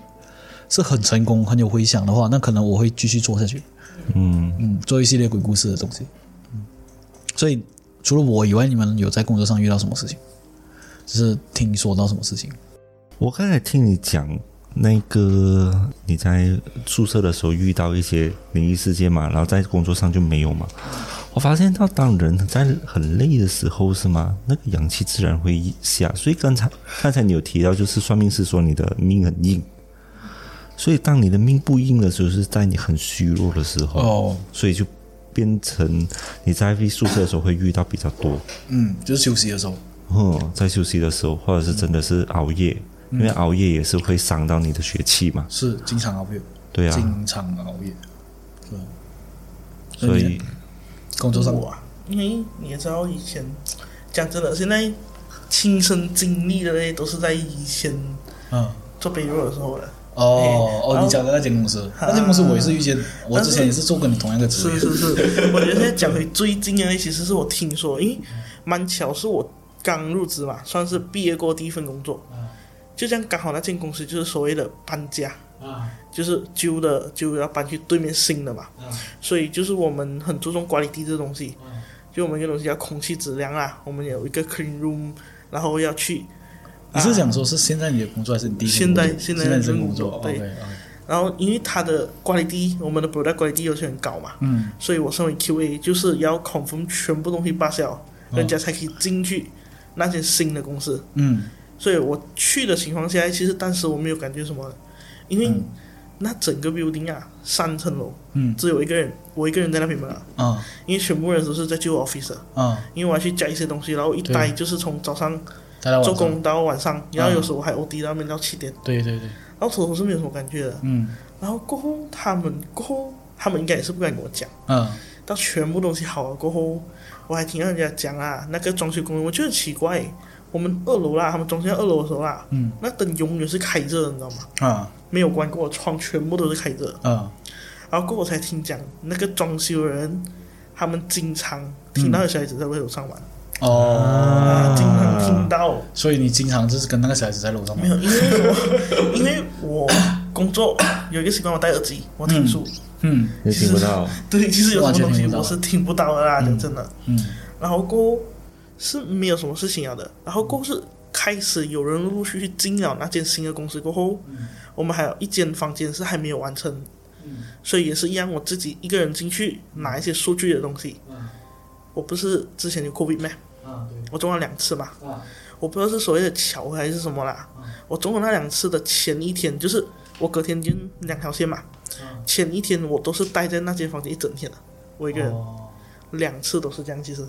Speaker 1: 是很成功、很有回响的话，那可能我会继续做下去。
Speaker 3: 嗯，
Speaker 1: 嗯，做一系列鬼故事的东西。嗯，所以除了我以外，你们有在工作上遇到什么事情？就是听说到什么事情？
Speaker 3: 我刚才听你讲那个你在宿舍的时候遇到一些灵异事件嘛，然后在工作上就没有嘛。我发现到当人在很累的时候，是吗？那个阳气自然会下。所以刚才刚才你有提到，就是算命师说你的命很硬，所以当你的命不硬的时候，是在你很虚弱的时候，
Speaker 1: 哦，
Speaker 3: 所以就变成你在宿舍的时候会遇到比较多。
Speaker 1: 嗯，就是休息的时候，
Speaker 3: 嗯，在休息的时候，或者是真的是熬夜，因为熬夜也是会伤到你的血气嘛。
Speaker 1: 是经常熬夜，
Speaker 3: 对啊，
Speaker 1: 经常熬夜，对。
Speaker 3: 所
Speaker 1: 那你
Speaker 3: 以
Speaker 1: 呢工作上
Speaker 4: 我啊，因为你也知道以前，讲真的，现在亲身经历的嘞，都是在以前
Speaker 1: 嗯。
Speaker 4: 做北肉的时候了。
Speaker 1: 哦
Speaker 4: 然
Speaker 1: 哦，
Speaker 4: 后
Speaker 1: 你讲的那间公司，那间公司我也是遇见，我之啊前也是做跟你同样的职
Speaker 4: 是
Speaker 1: 业，
Speaker 4: 是是，我觉得现在讲回最近的嘞，其实是我听说，因为蛮巧是我刚入职嘛，算是毕业过第一份工作，就这样刚好那间公司就是所谓的搬家，
Speaker 1: 啊
Speaker 4: 就是旧的就要搬去对面新的嘛，所以就是我们很注重管理地这东西，就我们一个东西叫空气质量啦，我们有一个 clean room，然后要去，
Speaker 1: 你是想说是现在你的工作还是你第一份
Speaker 4: 现在
Speaker 1: 工作
Speaker 4: 现在
Speaker 1: 现在这
Speaker 4: 这
Speaker 1: 份
Speaker 4: 份
Speaker 1: 工作哦
Speaker 4: 工作对
Speaker 1: OK，OK
Speaker 4: 然后因为它的管理地，我们的 product 管理地要求很高嘛，
Speaker 1: 嗯，
Speaker 4: 所以我身为 QA 就是要 confirm 全部东西 pass 了，人家才可以进去那些新的公司。
Speaker 1: 嗯，
Speaker 4: 所以我去的情况下，其实当时我没有感觉什么的，因为那整个 building 啊，三层楼，
Speaker 1: 嗯
Speaker 4: 只有一个人，我一个人在那边嘛，
Speaker 1: 啊
Speaker 4: 因为全部人都是在旧 office，的
Speaker 1: 啊，
Speaker 4: 因为我要去加一些东西，然后一
Speaker 1: 对
Speaker 4: 待就是从早上
Speaker 1: 大家晚
Speaker 4: 做
Speaker 1: 上，嗯
Speaker 4: 工到晚上，然后有时候我还 OT 到那边到七点，
Speaker 1: 对对对，
Speaker 4: 然后头头是没有什么感觉的。
Speaker 1: 嗯
Speaker 4: 然后过后他们过后，他们应该也是不敢跟我讲。
Speaker 1: 啊
Speaker 4: 到全部东西好了过后，我还听到人家讲啊，那个装修工人，我觉得很奇怪，欸我们二楼啦，他们装修在二楼的时候啦，
Speaker 1: 嗯，
Speaker 4: 那灯永远是开着的，你知道吗？
Speaker 1: 啊
Speaker 4: 没有关过，窗全部都是开着的。
Speaker 1: 啊，
Speaker 4: 然后过后我才听讲，那个装修人，他们经常听到有小孩子在楼上玩，
Speaker 1: 哦，
Speaker 4: 啊，经常听到，
Speaker 1: 所以你经常就是跟那个小孩子在楼上
Speaker 4: 没
Speaker 1: 玩
Speaker 4: 有，因为我 因为我工作 有一个习惯，我戴耳机，我听书，
Speaker 1: 嗯
Speaker 3: 你听不到，
Speaker 4: 对，其实有什么东
Speaker 1: 完全听
Speaker 4: 西
Speaker 1: 不到
Speaker 4: 我是听不到的啦，讲真的。
Speaker 1: 嗯
Speaker 4: 然后过后是没有什么事情了的，然后过后是开始有人陆陆续续进了那间新的公司过后，
Speaker 1: 嗯
Speaker 4: 我们还有一间房间是还没有完成，所以也是一样，我自己一个人进去拿一些数据的东西。
Speaker 1: 嗯
Speaker 4: 我不是之前有 COVID 吗？
Speaker 1: 啊对
Speaker 4: 我中了两次嘛，
Speaker 1: 啊
Speaker 4: 我不知道是所谓的巧合还是什么啦。我中了那两次的前一天，就是我隔天就两条线嘛，
Speaker 1: 啊
Speaker 4: 前一天我都是待在那间房间一整天的，我一个人、
Speaker 1: 哦，
Speaker 4: 两次都是这样，其实。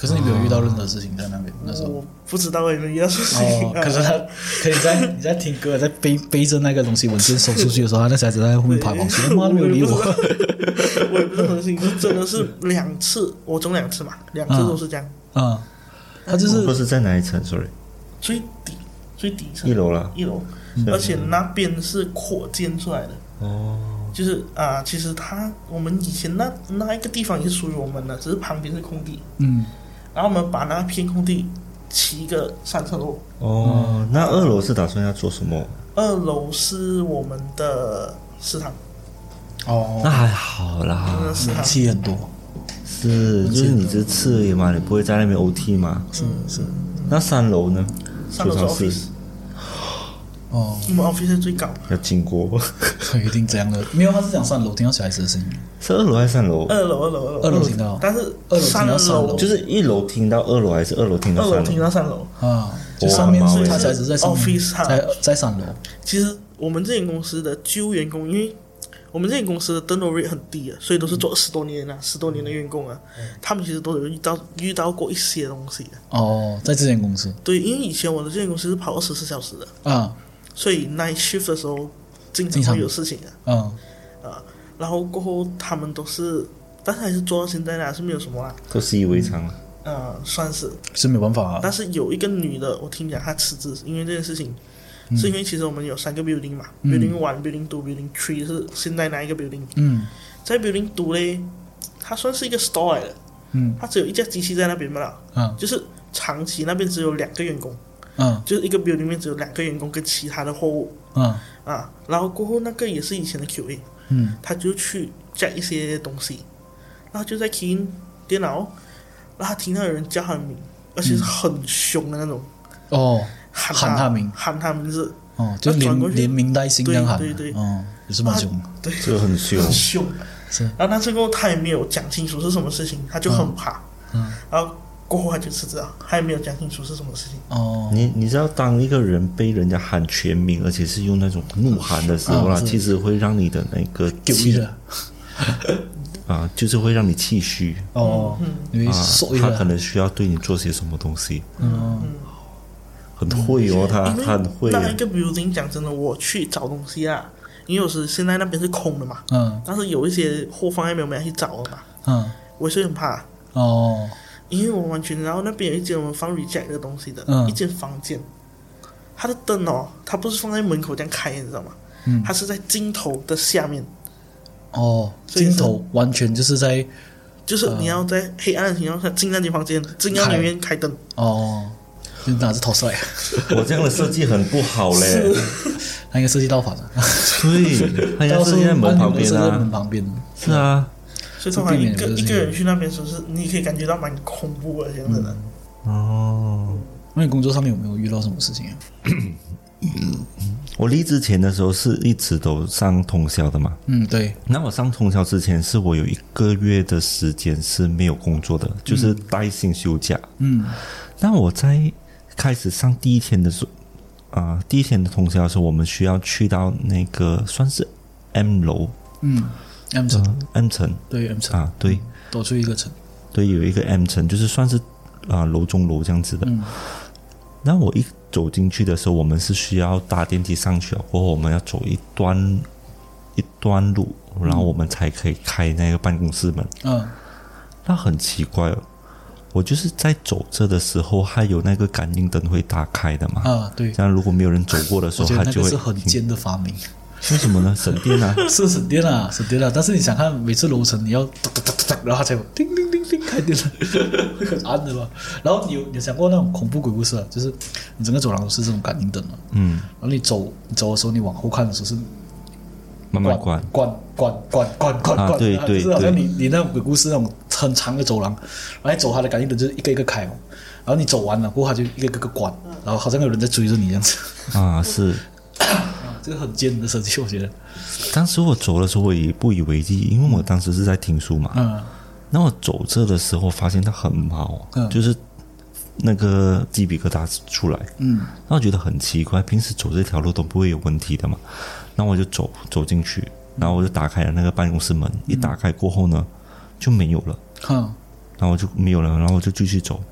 Speaker 1: 可是你没有遇到任何事情在那边那时候。
Speaker 4: 我不知道有没有遇到什么事情、
Speaker 1: 哦，
Speaker 4: 啊
Speaker 1: 可是他，可以在你在听歌，在背背着那个东西文件收出去的时候，他那小孩子在后面爬 跑去，他妈都没有理我。
Speaker 4: 我也不是很清楚，真的是两次，我中两次嘛，两次都是这样，
Speaker 1: 啊，他就
Speaker 3: 哦不
Speaker 1: 是
Speaker 3: 是在哪一层？sorry，
Speaker 4: 最底最底层
Speaker 3: 一楼了。
Speaker 4: 一楼，嗯
Speaker 1: 嗯
Speaker 4: 而且那边是扩建出来的，
Speaker 3: 哦，
Speaker 4: 就是啊、其实它我们以前那那一个地方也是属于我们的，只是旁边是空地，
Speaker 1: 嗯
Speaker 4: 然后我们把那片空地起一个三层楼，
Speaker 3: 哦，那二楼是打算要做什么？
Speaker 4: 二楼是我们的食堂，
Speaker 1: 哦，
Speaker 3: 那还好啦，
Speaker 4: 那食堂
Speaker 1: 气很多，
Speaker 3: 是就是你这次而已嘛，你不会在那边 OT 嘛？是是。那三楼呢？
Speaker 4: 三楼
Speaker 3: 储
Speaker 4: 是
Speaker 3: 藏
Speaker 4: office，
Speaker 3: 室
Speaker 1: 哦，
Speaker 4: 我们 office 是最高，
Speaker 3: 要经过，
Speaker 1: 所以一定这样的。没有，他是讲上楼听到小孩子的声音，
Speaker 3: 是二楼还是三楼？
Speaker 4: 二楼二楼二楼
Speaker 1: 二楼听到
Speaker 4: 但是
Speaker 1: 二楼听
Speaker 4: 三
Speaker 1: 到三楼
Speaker 3: 就是一楼听到二楼，还是二楼听
Speaker 4: 二
Speaker 3: 到
Speaker 4: 楼
Speaker 3: 三
Speaker 4: 听
Speaker 3: 楼？
Speaker 4: 到三楼。
Speaker 1: 啊，就上面是他小孩子在上面，
Speaker 4: Office 啊
Speaker 1: 在在三楼，
Speaker 4: 其实我们这间公司的旧员工，因为我们这间公司的 turnover rate 很低啊，所以都是做十多年啊，十多年的员工啊，他们其实都有遇到遇到过一些东西啊的。
Speaker 1: 哦，在这间公司
Speaker 4: 对，因为以前我的这间公司是跑二十四小时的，
Speaker 1: 啊，
Speaker 4: 所以 night shift 的时候经
Speaker 1: 经
Speaker 4: 常
Speaker 1: 常
Speaker 4: 会有事情啊。啊
Speaker 1: 嗯，
Speaker 4: 然后过后他们都是，但是还是做到现在啦，是没有什么啦，
Speaker 3: 都习以为常了。
Speaker 4: 呃，算是。
Speaker 1: 是没办法啊，
Speaker 4: 但是有一个女的，我听讲她辞职，因为这件事情，是因为其实我们有三个 building 嘛、b u i l d i n g one、building two、building three 是现在哪一个 building？
Speaker 1: 嗯
Speaker 4: 在 building two 嘞，它算是一个 store 来的，
Speaker 1: 嗯
Speaker 4: 它只有一架机器在那边嘛啦，
Speaker 1: 啊
Speaker 4: 就是长期那边只有两个员工，
Speaker 1: 啊
Speaker 4: 就是一个 building 里面只有两个员工跟其他的货物
Speaker 1: 啊
Speaker 4: 啊，然后过后那个也是以前的 QA，
Speaker 1: 嗯
Speaker 4: 他就去 check 一些东西，然后就在 key in 电脑，然后他听到有人叫他的名，而且是很凶的那种。
Speaker 1: 哦
Speaker 4: 喊
Speaker 1: 喊他名
Speaker 4: 喊他名字，
Speaker 1: 哦，就连连名带姓这样喊，
Speaker 4: 对对对
Speaker 1: 哦，也是蛮凶的，
Speaker 4: 对，
Speaker 3: 这个很凶
Speaker 4: 很凶。
Speaker 1: 是
Speaker 4: 然后那次过后他也没有讲清楚是什么事情，他就很怕。
Speaker 1: 嗯
Speaker 4: 然后过后他就知道，他也没有讲清楚是什么事情。
Speaker 1: 哦，
Speaker 3: 你你知道，当一个人被人家喊全名，而且是用那种怒喊的时候啦，
Speaker 1: 嗯是
Speaker 3: 其实会让你的那个
Speaker 1: 丢一
Speaker 3: 气
Speaker 1: 了
Speaker 3: 啊，就是会让你气虚
Speaker 4: 嗯
Speaker 1: 哦，你会
Speaker 3: 啊
Speaker 1: 受一。
Speaker 3: 他可
Speaker 1: 了，
Speaker 3: 能需要对你做些什么东西，
Speaker 1: 嗯，
Speaker 3: 很会哦，他
Speaker 4: 因为
Speaker 3: 他很会
Speaker 4: 那一个 building 讲真的，我去找东西啊，因为有时现在那边是空的嘛，
Speaker 1: 嗯
Speaker 4: 但是有一些货放在没有没有去找了嘛，
Speaker 1: 嗯，
Speaker 4: 我是很怕，
Speaker 1: 哦，
Speaker 4: 因为我完全然后那边有一间我们放 reject 的东西的、
Speaker 1: 嗯
Speaker 4: 一间房间，它的灯哦，它不是放在门口这样开，你知道吗？
Speaker 1: 嗯
Speaker 4: 它是在镜头的下面，
Speaker 1: 哦，
Speaker 4: 所以是
Speaker 1: 镜头完全就是在
Speaker 4: 就是
Speaker 1: 嗯
Speaker 4: 你要在黑暗的情况下进那间房间，进到里面开灯，
Speaker 1: 哦，就拿着头帅，
Speaker 3: 我这样的设计很不好嘞，
Speaker 1: 他应该设计到反了，
Speaker 3: 对，他要
Speaker 1: 到时
Speaker 3: 设
Speaker 1: 候
Speaker 3: 计在门旁边
Speaker 1: 设计在门
Speaker 3: 啊，
Speaker 1: 旁边，
Speaker 3: 是啊，
Speaker 4: 所以通常
Speaker 1: 避免
Speaker 4: 一
Speaker 1: 了这个
Speaker 4: 个一
Speaker 1: 情
Speaker 4: 个
Speaker 1: 况
Speaker 4: 人去那边时候是，你可以感觉到蛮恐怖的，这样子的。
Speaker 3: 哦，
Speaker 1: 那你工作上面有没有遇到什么事情啊？
Speaker 3: 我离职前的时候是一直都上通宵的嘛，
Speaker 1: 嗯，对，
Speaker 3: 那我上通宵之前是我有一个月的时间是没有工作的，就是带薪休假。
Speaker 1: 嗯
Speaker 3: 那我在开始上第一天的时候，啊、第一天的通宵的时候，我们需要去到那个算是 M 楼，
Speaker 1: 嗯，M 嗯层
Speaker 3: 嗯、m 层
Speaker 1: 对 M 层
Speaker 3: 啊，对
Speaker 1: 多出一个层，
Speaker 3: 对，有一个 M 层，就是算是啊、楼中楼这样子的。
Speaker 1: 嗯
Speaker 3: 那我一走进去的时候，我们是需要搭电梯上去了，啊过后我们要走一段一段路，然后我们才可以开那个办公室门。
Speaker 1: 嗯
Speaker 3: 那很奇怪哦，我就是在走这的时候，还有那个感应灯会打开的嘛。
Speaker 1: 啊，对，
Speaker 3: 这样如果没有人走过的时
Speaker 1: 我
Speaker 3: 候，
Speaker 1: 觉
Speaker 3: 它
Speaker 1: 得那
Speaker 3: 就
Speaker 1: 个
Speaker 3: 会
Speaker 1: 是很
Speaker 3: 停
Speaker 1: 尖的 发明。
Speaker 3: 为什么呢？省电啊！
Speaker 1: 是省电啦，省电啦。但是你想看，每次楼层你要哒哒哒哒哒，然后它才有叮叮叮叮开电了，会很暗的嘛。然后你有你有想过那种恐怖鬼故事啊？就是你整个走廊都是这种感应灯嘛，
Speaker 3: 嗯，
Speaker 1: 然后你走你走的时候，你往后看的时候是
Speaker 3: 慢慢关。
Speaker 1: 关关关关关
Speaker 3: 啊
Speaker 1: 关，
Speaker 3: 对对
Speaker 1: 就是好像
Speaker 3: 对
Speaker 1: 你你那种鬼故事那种很长的走廊，然后你走它的感应灯就是一个一个开哦，然后你走完了过后它就一个一个关，然后好像有人在追着你这样子。
Speaker 3: 啊，是。
Speaker 1: 啊这个很尖的设计，我觉得，
Speaker 3: 当时我走的时候，我也不以为意，因为我当时是在听书嘛。
Speaker 1: 嗯
Speaker 3: 那我走这的时候，发现它很毛，
Speaker 1: 嗯
Speaker 3: 就是那个鸡皮疙瘩出来。
Speaker 1: 嗯
Speaker 3: 那我觉得很奇怪，平时走这条路都不会有问题的嘛。那我就走走进去，然后我就打开了那个办公室门，一打开过后呢，就没有了。
Speaker 1: 哼
Speaker 3: 然后我就没有了，然后我就继续走。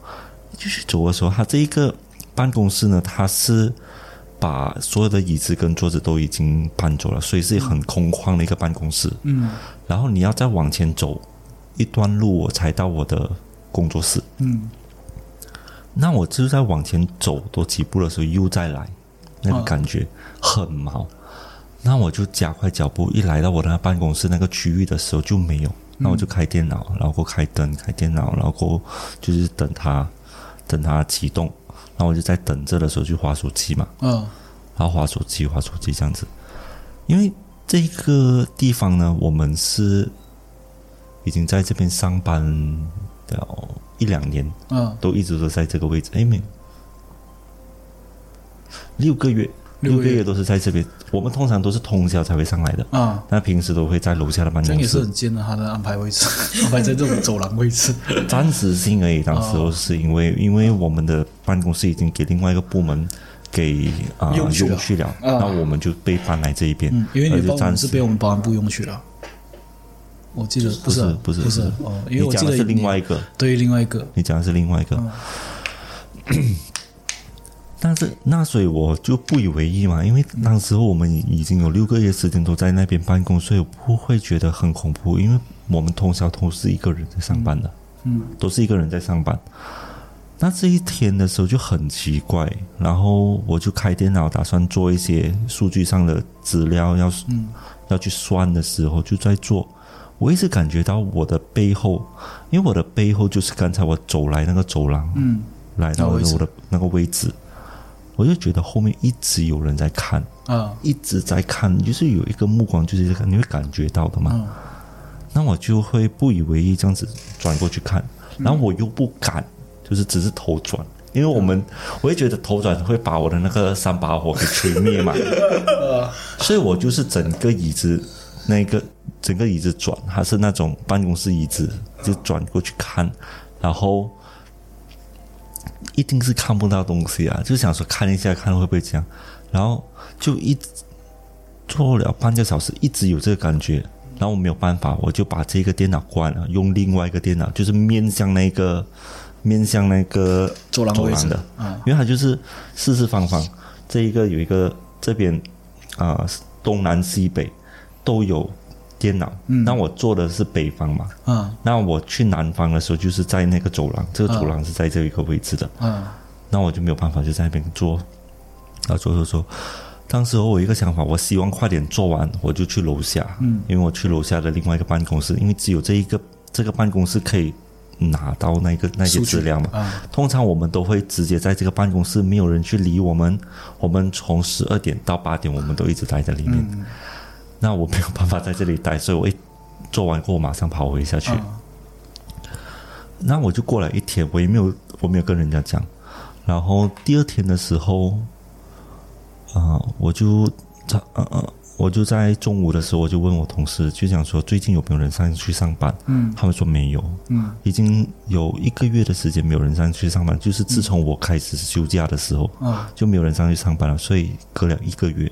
Speaker 3: 继续走的时候，他这一个办公室呢，他是把所有的椅子跟桌子都已经搬走了，所以是很空旷的一个办公室。
Speaker 1: 嗯
Speaker 3: 然后你要再往前走一段路，我才到我的工作室。
Speaker 1: 嗯
Speaker 3: 那我就在往前走多几步的时候，又再来，那个
Speaker 1: 嗯
Speaker 3: 感觉很毛。那我就加快脚步，一来到我的办公室那个区域的时候就没有，那我就开电脑，然后开灯，开电脑，然后过后就是等它，等它启动。那我就在等着的时候去划手机嘛，
Speaker 1: 嗯
Speaker 3: 然后划手机，划手机这样子。因为这个地方呢，我们是已经在这边上班了一两年，
Speaker 1: 嗯，
Speaker 3: 都一直都在这个位置。哎，没有，六个月，
Speaker 1: 六
Speaker 3: 六
Speaker 1: 个
Speaker 3: 个
Speaker 1: 月
Speaker 3: 月都是在这边。我们通常都是通宵才会上来的，
Speaker 1: 啊。
Speaker 3: 那平时都会在楼下的办
Speaker 1: 这样
Speaker 3: 公
Speaker 1: 也是
Speaker 3: 室
Speaker 1: 很，贱的，他的安排位置， 安排在这种走廊位置。
Speaker 3: 暂时性而已。
Speaker 1: 哦
Speaker 3: 当时候是因为，因为我们的办公室已经给另外一个部门给啊、
Speaker 1: 用去了
Speaker 3: 用去了，那我们就被搬来这一边
Speaker 1: 嗯，，因为
Speaker 3: 而
Speaker 1: 你
Speaker 3: 且
Speaker 1: 帮我
Speaker 3: 暂
Speaker 1: 们是
Speaker 3: 时
Speaker 1: 被我们保安部用
Speaker 3: 啊
Speaker 1: 去了。我记得不是啊
Speaker 3: 不是
Speaker 1: 不
Speaker 3: 不
Speaker 1: 是
Speaker 3: 是
Speaker 1: 啊哦，因为
Speaker 3: 你
Speaker 1: 我记
Speaker 3: 讲
Speaker 1: 得
Speaker 3: 的是另
Speaker 1: 你
Speaker 3: 外一个，
Speaker 1: 对另外一个
Speaker 3: 你讲的是另外一个。但是那所以我就不以为意嘛，因为当时候我们已经有六个月时间都在那边办公，所以我不会觉得很恐怖，因为我们通宵都是一个人在上班的，
Speaker 1: 嗯，
Speaker 3: 都是一个人在上班。那这一天的时候就很奇怪，然后我就开电脑打算做一些数据上的资料，要、要去算的时候就在做，我一直感觉到我的背后，因为我的背后就是刚才我走来那个走廊，
Speaker 1: 嗯，
Speaker 3: 来
Speaker 1: 那
Speaker 3: 到
Speaker 1: 个位
Speaker 3: 了
Speaker 1: 置
Speaker 3: 我的那个位置，我就觉得后面一直有人在看，
Speaker 1: 啊
Speaker 3: 一直在看，就是有一个目光，就是这个你会感觉到的嘛。
Speaker 1: 嗯
Speaker 3: 那我就会不以为意，这样子转过去看，然后我又不敢，就是只是头转。因为我们，我会觉得头转会把我的那个三把火给吹灭嘛，所以我就是整个椅子那个整个椅子转，它是那种办公室椅子，就转过去看，然后一定是看不到东西啊，就想说看一下看会不会这样，然后就一直坐了半个小时，一直有这个感觉，然后我没有办法，我就把这个电脑关了，用另外一个电脑，就是面向那个面向那个
Speaker 1: 走廊
Speaker 3: 走
Speaker 1: 位置
Speaker 3: 廊的，
Speaker 1: 啊
Speaker 3: 因为它就是四四方方，这一个有一个这边啊、东南西北都有电脑，
Speaker 1: 嗯
Speaker 3: 那我坐的是北方嘛，
Speaker 1: 啊
Speaker 3: 那我去南方的时候就是在那个走廊，这个走廊是在这一个位置的，
Speaker 1: 啊
Speaker 3: 那我就没有办法就在那边啊坐，然后坐坐坐。当时候我有一个想法，我希望快点做完，我就去楼下，嗯，因为我去楼下的另外一个办公室，因为只有这一个这个办公室可以拿到那个那些
Speaker 1: 数据
Speaker 3: 资料嘛，
Speaker 1: 啊
Speaker 3: 通常我们都会直接在这个办公室，没有人去理我们。我们从十二点到八点，我们都一直待在
Speaker 1: 嗯
Speaker 3: 里面。那我没有办法在这里待，所以我一做完过后马上跑回下去。那我就过来一天，我也没有我没有跟人家讲。然后第二天的时候，啊、我就在呃呃，我就在中午的时候，我就问我同事，就想说最近有没有人上去上班？
Speaker 1: 嗯
Speaker 3: 他们说没有。
Speaker 1: 嗯
Speaker 3: 已经有一个月的时间没有人上去上班，就是自从我开始休假的时候，
Speaker 1: 啊
Speaker 3: 就没有人上去上班了，所以隔了一个月，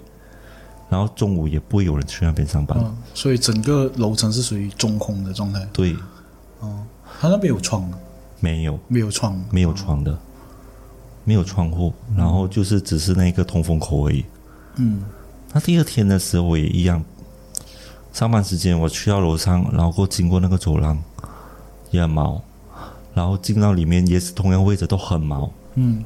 Speaker 3: 然后中午也不会有人去那边上班。
Speaker 1: 啊，所以整个楼层是属于中空的状态。哦
Speaker 3: 对，
Speaker 1: 它那边有窗吗，
Speaker 3: 没有
Speaker 1: 没有窗吗，
Speaker 3: 没有窗
Speaker 1: 啊
Speaker 3: 的，没有窗户，然后就是只是那个通风口而已。
Speaker 1: 嗯
Speaker 3: 那第二天的时候，我也一样，上班时间我去到楼上，然后过经过那个走廊，也很毛，然后进到里面也是同样位置都很毛。
Speaker 1: 嗯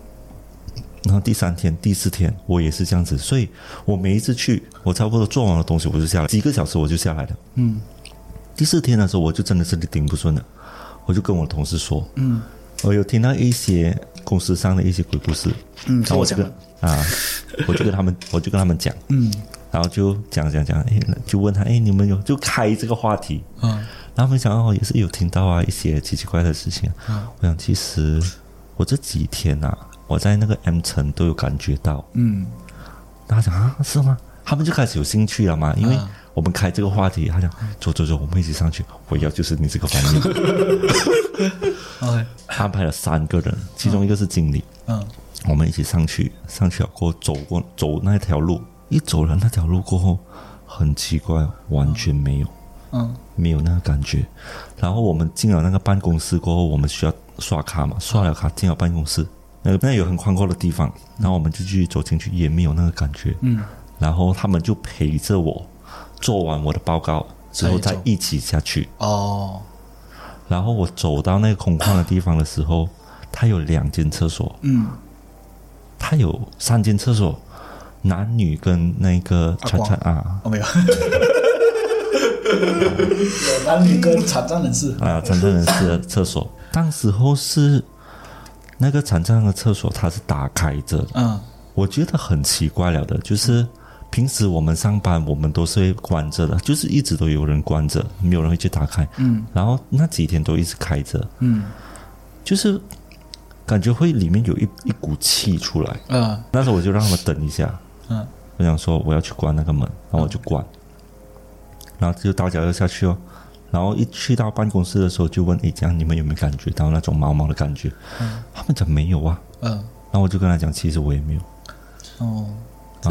Speaker 3: 然后第三天、第四天，我也是这样子，所以我每一次去，我差不多做完了东西，我就下来，几个小时我就下来了。
Speaker 1: 嗯
Speaker 3: 第四天的时候，我就真的是顶不顺了，我就跟我同事说，
Speaker 1: 嗯，
Speaker 3: 我有听到一些公司上的一些鬼故事，
Speaker 1: 嗯，
Speaker 3: 然后
Speaker 1: 我
Speaker 3: 我就
Speaker 1: 讲
Speaker 3: 跟
Speaker 1: 的，
Speaker 3: 啊，我就跟他们， 我就跟他们讲，
Speaker 1: 嗯
Speaker 3: 然后就讲讲讲，哎，就问他，哎，你们有就开这个话题，
Speaker 1: 啊
Speaker 3: 然后他们讲哦，也是有听到啊一些奇奇怪怪的事情啊、我想，其实我这几天啊，我在那个 M 城都有感觉到，
Speaker 1: 嗯
Speaker 3: 他讲啊，是吗？他们就开始有兴趣了嘛，因为
Speaker 1: 啊
Speaker 3: 我们开这个话题，他讲走走走，我们一起上去。我要就是你这个反应，
Speaker 1: ，OK，
Speaker 3: 安排了三个人，其中一个是经理，
Speaker 1: 嗯
Speaker 3: 我们一起上去，上去了过后走过走那条路，一走了那条路过后，很奇怪，完全没有
Speaker 1: 嗯
Speaker 3: 没有那个感觉。然后我们进了那个办公室过后，我们需要刷卡嘛，刷了卡进了办公室，那个那有很宽阔的地方，然后我们就继续走进去，也没有那个感觉。
Speaker 1: 嗯
Speaker 3: 然后他们就陪着我做完我的报告之后
Speaker 1: 才
Speaker 3: 再
Speaker 1: 哎走
Speaker 3: 一起下去。
Speaker 1: 哦
Speaker 3: 然后我走到那个空旷的地方的时候，它有两间厕所，
Speaker 1: 嗯
Speaker 3: 它有三间厕所，男女跟那个
Speaker 1: 阿
Speaker 3: 叉叉
Speaker 1: 光
Speaker 3: 啊
Speaker 1: 哦没有，有男女跟残障人士
Speaker 3: 啊残障人士的厕所。当时候是那个残障的厕所，它是打开着的，
Speaker 1: 嗯
Speaker 3: 我觉得很奇怪了的，就是平时我们上班，我们都是会关着的，就是一直都有人关着，没有人会去打开。
Speaker 1: 嗯，
Speaker 3: 然后那几天都一直开着，
Speaker 1: 嗯
Speaker 3: 就是感觉会里面有一一股气出来。
Speaker 1: 嗯
Speaker 3: 那时候我就让他们等一下，
Speaker 1: 嗯
Speaker 3: 我想说我要去关那个门，然后我就关，然后就大家就下去哦。然后一去到办公室的时候，就问：“诶，这样你们有没有感觉到那种毛毛的感觉？”他们讲没有啊。
Speaker 1: 嗯
Speaker 3: 然后我就跟他讲：“其实我也没有。
Speaker 1: 哦。
Speaker 3: 啊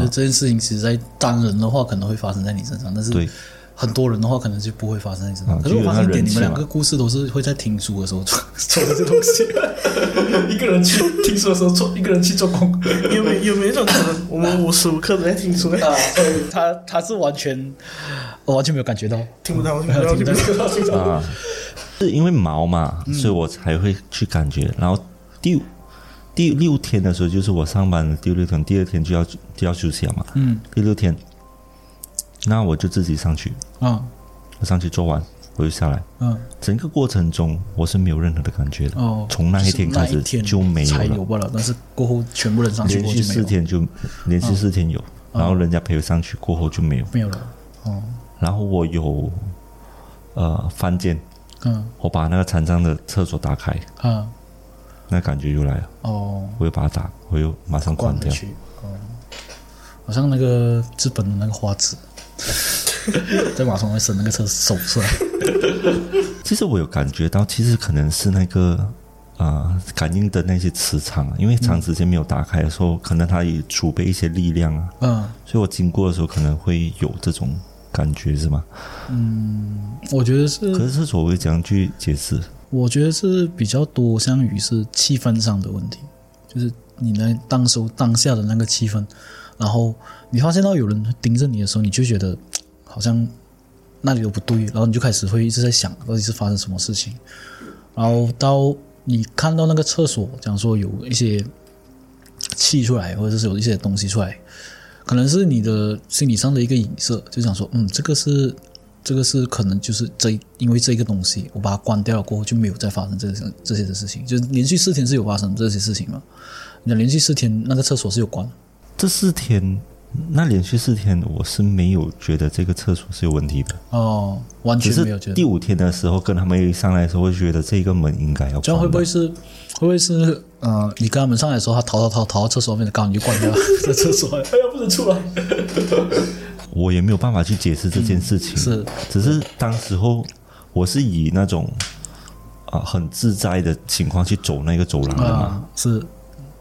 Speaker 1: 这这件事情，其实，在单人的话可能会发生在你身上，但”是
Speaker 3: 对，
Speaker 1: 很多人的话，可能就不会发生在你身上。
Speaker 3: 啊
Speaker 1: 可是我
Speaker 3: 就有
Speaker 1: 发现一
Speaker 3: 那
Speaker 1: 点，
Speaker 3: 人气
Speaker 1: 你们两
Speaker 3: 嘛
Speaker 1: 个故事都是会在听书的时候做 做的这东西， 一个人去听书的时候做，一个人去做工。
Speaker 4: 有没有没有一种可能，我们无时无刻都在听出来，
Speaker 1: 啊，所以他他是完全我完全没有感觉到，
Speaker 4: 听不到，
Speaker 1: 没
Speaker 4: 听不
Speaker 1: 有
Speaker 4: 到，
Speaker 1: 听
Speaker 4: 听
Speaker 1: 到
Speaker 4: 不到。
Speaker 1: 听到
Speaker 3: 啊，是因为毛嘛，所以我才会去感觉。然后第五第六天的时候，就是我上班的第六天，第二天就要就要休息了嘛。
Speaker 1: 嗯
Speaker 3: 第六天，那我就自己上去，
Speaker 1: 啊
Speaker 3: 我上去做完，我就下来。
Speaker 1: 嗯
Speaker 3: 整个过程中，我是没有任何的感觉的。
Speaker 1: 哦，
Speaker 3: 从那一天开
Speaker 1: 就是
Speaker 3: 始
Speaker 1: 那一天
Speaker 3: 就没
Speaker 1: 才
Speaker 3: 有
Speaker 1: 有
Speaker 3: 了，
Speaker 1: 罢了，但是过后全部人上啊去
Speaker 3: 连
Speaker 1: 过
Speaker 3: 续
Speaker 1: 就没
Speaker 3: 四
Speaker 1: 有啊
Speaker 3: 天就连续四天有，然后人家陪我上去过后就没有。
Speaker 1: 没有了。哦
Speaker 3: 然后我有呃翻件，
Speaker 1: 嗯
Speaker 3: 我把那个残障的厕所打开，
Speaker 1: 啊
Speaker 3: 那感觉又来了。
Speaker 1: 哦，
Speaker 3: 我又把它打，我又马上
Speaker 1: 关
Speaker 3: 关
Speaker 1: 回
Speaker 3: 掉。
Speaker 1: 去哦，好像那个日本的那个花子。 在马桶外伸那个车手出来。
Speaker 3: 其实我有感觉到，其实可能是那个啊、呃感应的那些磁场，啊因为长时间没有打开的时候，可能它也储备一些力量啊，
Speaker 1: 嗯，
Speaker 3: 所以我经过的时候可能会有这种感觉，是吗？
Speaker 1: 我觉得是
Speaker 3: 可是厕所我会怎样去解释？
Speaker 1: 我觉得是比较多像于是气氛上的问题，就是你那当时候当下的那个气氛，然后你发现到有人盯着你的时候，你就觉得好像那里有不对，然后你就开始会一直在想到底是发生什么事情，然后到你看到那个厕所，讲说有一些气出来，或者是有一些东西出来，可能是你的心理上的一个影射，就想说，嗯，这个是这个是可能就是这一因为这个东西，我把它关掉了过后就没有再发生这些这些的事情，就是连续四天是有发生这些事情嘛？那连续四天那个厕所是有关，
Speaker 3: 这四天，那连续四天，我是没有觉得这个厕所是有问题的，
Speaker 1: 哦，完
Speaker 3: 只
Speaker 1: 全没有
Speaker 3: 是
Speaker 1: 觉
Speaker 3: 第
Speaker 1: 得。
Speaker 3: 五天的时候跟他们一上来的时候，会觉得这个门应该要
Speaker 1: 这
Speaker 3: 关
Speaker 1: 样会不
Speaker 3: 的
Speaker 1: 会是会不会是呃，你跟他们上来的时候，他逃逃逃逃到厕所外面，刚好你就关掉了在厕所外，哎呀不能出来。
Speaker 3: 我也没有办法去解释这件事情。
Speaker 1: 嗯是，
Speaker 3: 只是当时候我是以那种啊、很自在的情况去走那个走廊的嘛，
Speaker 1: 啊，是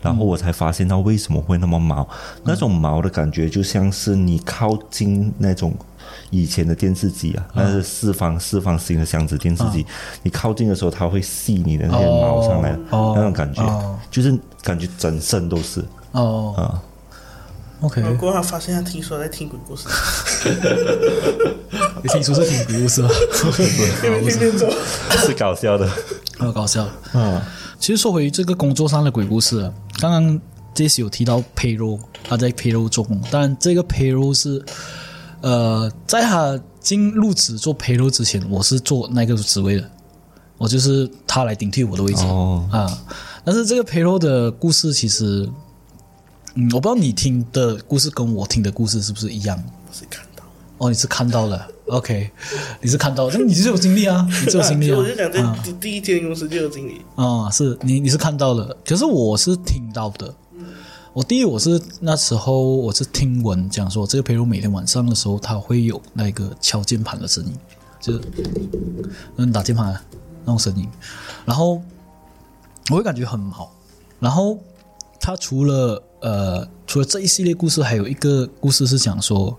Speaker 3: 然后我才发现到为什么会那么毛，那种毛的感觉就像是你靠近那种。以前的电视机啊，那是四方四方形的箱子电视机，你靠近的时候，它会吸你的那些毛上来，
Speaker 1: 哦
Speaker 3: 那种感觉，
Speaker 1: 哦
Speaker 3: 就是感觉整身都是
Speaker 1: 哦
Speaker 3: 啊。
Speaker 1: ，OK，
Speaker 4: 然后过后他发现他听说在听鬼 故事，
Speaker 1: 哦你听说是挺故事吧？
Speaker 4: 因为天天走，
Speaker 3: 是搞笑的。
Speaker 1: 太搞笑了。嗯，其实说回这个工作上的鬼故事啊，刚刚这次有提到 payroll，他在 payroll 做工，但这个 payroll 是呃，在他进入职做 payroll 之前，我是做那个职位的，我就是他来顶替我的位置。
Speaker 3: 哦，
Speaker 1: 啊。但是这个 payroll 的故事其实，嗯，我不知道你听的故事跟我听的故事是不是一样。
Speaker 4: 我是看到。
Speaker 1: 哦，你是看到了，OK，你是看到，但你是有经历啊，你是有经历啊。
Speaker 4: 我就讲在
Speaker 1: 啊
Speaker 4: 第第一天公司就有经理，
Speaker 1: 啊、是你你是看到了，可是我是听到的。我第一我是那时候我是听闻讲说，这个陪如每天晚上的时候，他会有那个敲键盘的声音，就是嗯打键盘啊那种声音，然后我会感觉很毛。然后他除了呃除了这一系列故事，还有一个故事是讲说，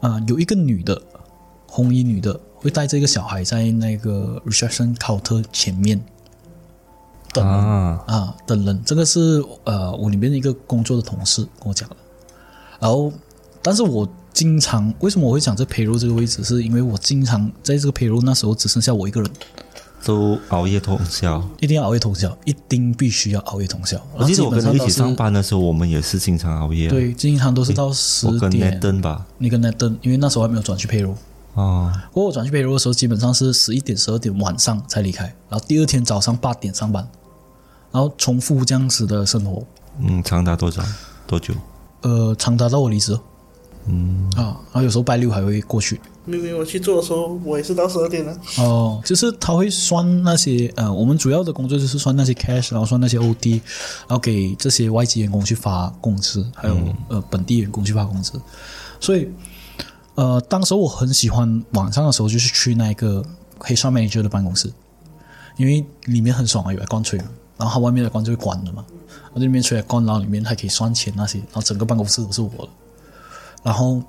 Speaker 1: 啊、有一个女的红衣女的会带着一个小孩在那个 reception counter 前面等人
Speaker 3: 啊，
Speaker 1: 啊，等人，这个是呃我里面的一个工作的同事跟我讲的。然后，但是我经常为什么我会讲这 payroll 这个位置，是因为我经常在这个 payroll 那时候只剩下我一个人，
Speaker 3: 都熬夜通宵。
Speaker 1: 一定要熬夜通宵，一定必须要熬夜通宵。
Speaker 3: 我记得我跟
Speaker 1: 然后基
Speaker 3: 你一
Speaker 1: 本
Speaker 3: 起
Speaker 1: 都是
Speaker 3: 上，班的时候，我们也是经常熬夜。，
Speaker 1: 对，经常都是到十
Speaker 3: 我跟
Speaker 1: 点。
Speaker 3: Nathan 吧，
Speaker 1: 你跟 Nathan，因为那时候还没有转去 payroll。
Speaker 3: 哦，
Speaker 1: 不过我转去 payroll 的时候，基本上是十一点、十二点晚上才离开，然后第二天早上八点上班，然后重复这样子的生活。
Speaker 3: 嗯，长达多少多久？
Speaker 1: 呃，长达到我离职。嗯啊，然后有时候拜六还会过去。
Speaker 4: 明明我去做的时候，我也是到十二点了。
Speaker 1: 哦，就是他会算那些呃，我们主要的工作就是算那些 cash，然后算那些 OD，然后给这些外籍员工去发工资，还有、呃本地员工去发工资。所以呃，当时我很喜欢晚上的时候，就是去那个黑上 manager 的办公室，因为里面很爽啊，有 aircon 吹，然后它外面的 aircon 就会关的嘛，然后里面吹 aircon，然后里面还可以算钱那些，然后整个办公室都是我的，然后。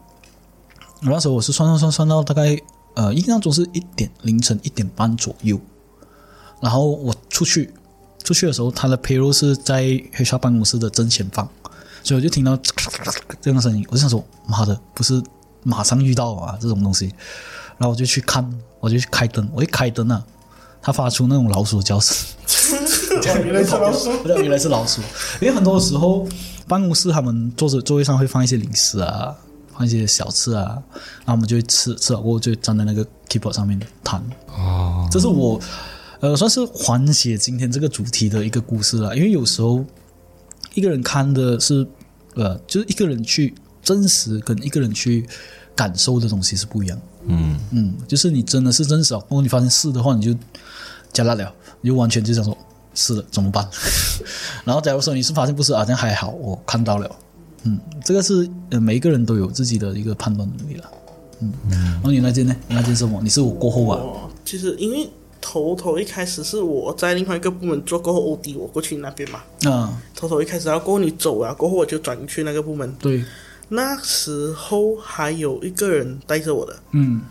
Speaker 1: 我那时候我是算算算算到大概呃，印象中是一点凌晨一点半左右，然后我出去出去的时候，他的 payroll 是在黑沙办公室的正前方，所以我就听到这样的声音，我就想说妈的，不是马上遇到啊这种东西，然后我就去看，我就去开灯，我一开灯啊，它发出那种老鼠的叫声。
Speaker 4: 哇哦原来是老鼠，
Speaker 1: 不知道原来是老鼠，因为很多时候办公室他们坐着座位上会放一些零食啊，放一些小吃啊，然后我们就会吃吃好过后就站在那个 keyboard 上面弹。哦，这是我呃算是缓解今天这个主题的一个故事了，因为有时候一个人看的是呃就是一个人去真实跟一个人去感受的东西是不一样。
Speaker 3: 嗯，
Speaker 1: 嗯，就是你真的是真实哦。如果你发现是的话，你就加辣了，你就完全就想说是的，怎么办？ 然后假如说你是发现不是啊，那还好，我看到了。嗯，这个是呃每一个人都有自己的一个判断能力了。嗯，然后你那件呢？你那件是什么？你是我过后啊？
Speaker 4: 哦，其实因为头头一开始是我在另外一个部门做，过后 OD 我过去那边嘛。
Speaker 1: 啊，
Speaker 4: 头头一开始，然后过后你走啊了，过后我就转去那个部门。
Speaker 1: 对，
Speaker 4: 那时候还有一个人带着我的，
Speaker 1: 嗯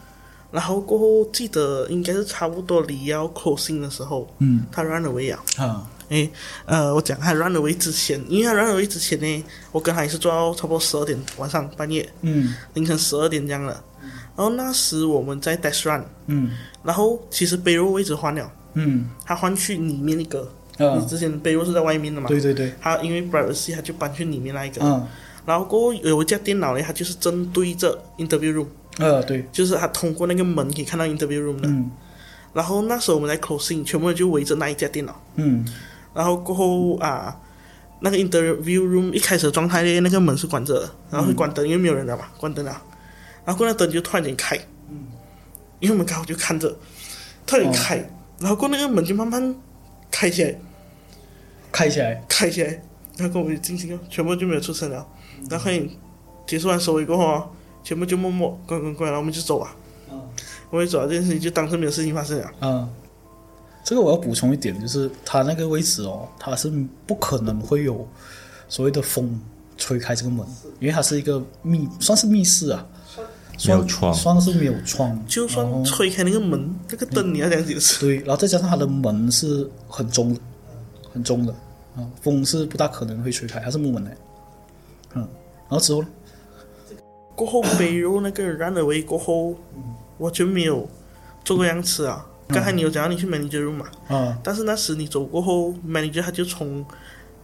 Speaker 4: 然后过后记得应该是差不多离要 closing 的时候，
Speaker 1: 嗯
Speaker 4: 他 run away 啊。
Speaker 1: 啊，
Speaker 4: 诶，呃，我讲他 run away 之前，因为他 run away 之前呢，我跟他也是做到差不多十二点晚上半夜
Speaker 1: 嗯
Speaker 4: 凌晨十二点这样了。然后那时我们在 test run，
Speaker 1: 嗯
Speaker 4: 然后其实杯肉位置换了，
Speaker 1: 嗯
Speaker 4: 他换去里面一个。你
Speaker 1: 啊，
Speaker 4: 之前杯肉是在外面的嘛？
Speaker 1: 对对对，
Speaker 4: 他因为 privacy，他就搬去里面那一个。
Speaker 1: 啊
Speaker 4: 然后过后有一架电脑呢，它就是针对着 interview room，
Speaker 1: 啊，对，
Speaker 4: 就是他通过那个门可以看到 interview room 的。
Speaker 1: 嗯
Speaker 4: 然后那时候我们在 closing，全部人就围着那一架电脑。
Speaker 1: 嗯
Speaker 4: 然后过后啊，那个 interview room 一开始的状态呢，那个门是关着的，然后会关灯，因为没有人了嘛，关灯了。然后过后那灯就突然间开，因为我们刚好就看着，突然间开，然后过后那个门就慢慢开起来，
Speaker 1: 开起来，
Speaker 4: 开起来，然后跟我们静静，全部就没有出声了。然后你结束完收尾过后啊，全部就默默关关关，然后我们就走啊。
Speaker 1: 嗯
Speaker 4: 我们就走了，这件事情就当成没有事情发生了。
Speaker 1: 啊，这个我要补充一点，就是它那个位置哦，它是不可能会有所谓的风吹开这个门，因为它是一个密，算是密室啊，
Speaker 3: 没
Speaker 1: 算
Speaker 3: 有窗
Speaker 1: 算是没有窗，
Speaker 4: 就
Speaker 1: 然
Speaker 4: 算
Speaker 1: 后
Speaker 4: 吹开那个门，那个灯你要怎样解释？
Speaker 1: 对，然后再加上它的门是很中的，很中的，啊，风是不大可能会吹开，它是木门的，嗯，然后之后呢，
Speaker 4: 过后北肉那个然而为过后，我就没有做过样吃
Speaker 1: 嗯
Speaker 4: 啊。刚才你有讲到你去 manager room 嘛，
Speaker 1: 啊，
Speaker 4: 但是那时你走过后，manager 他就从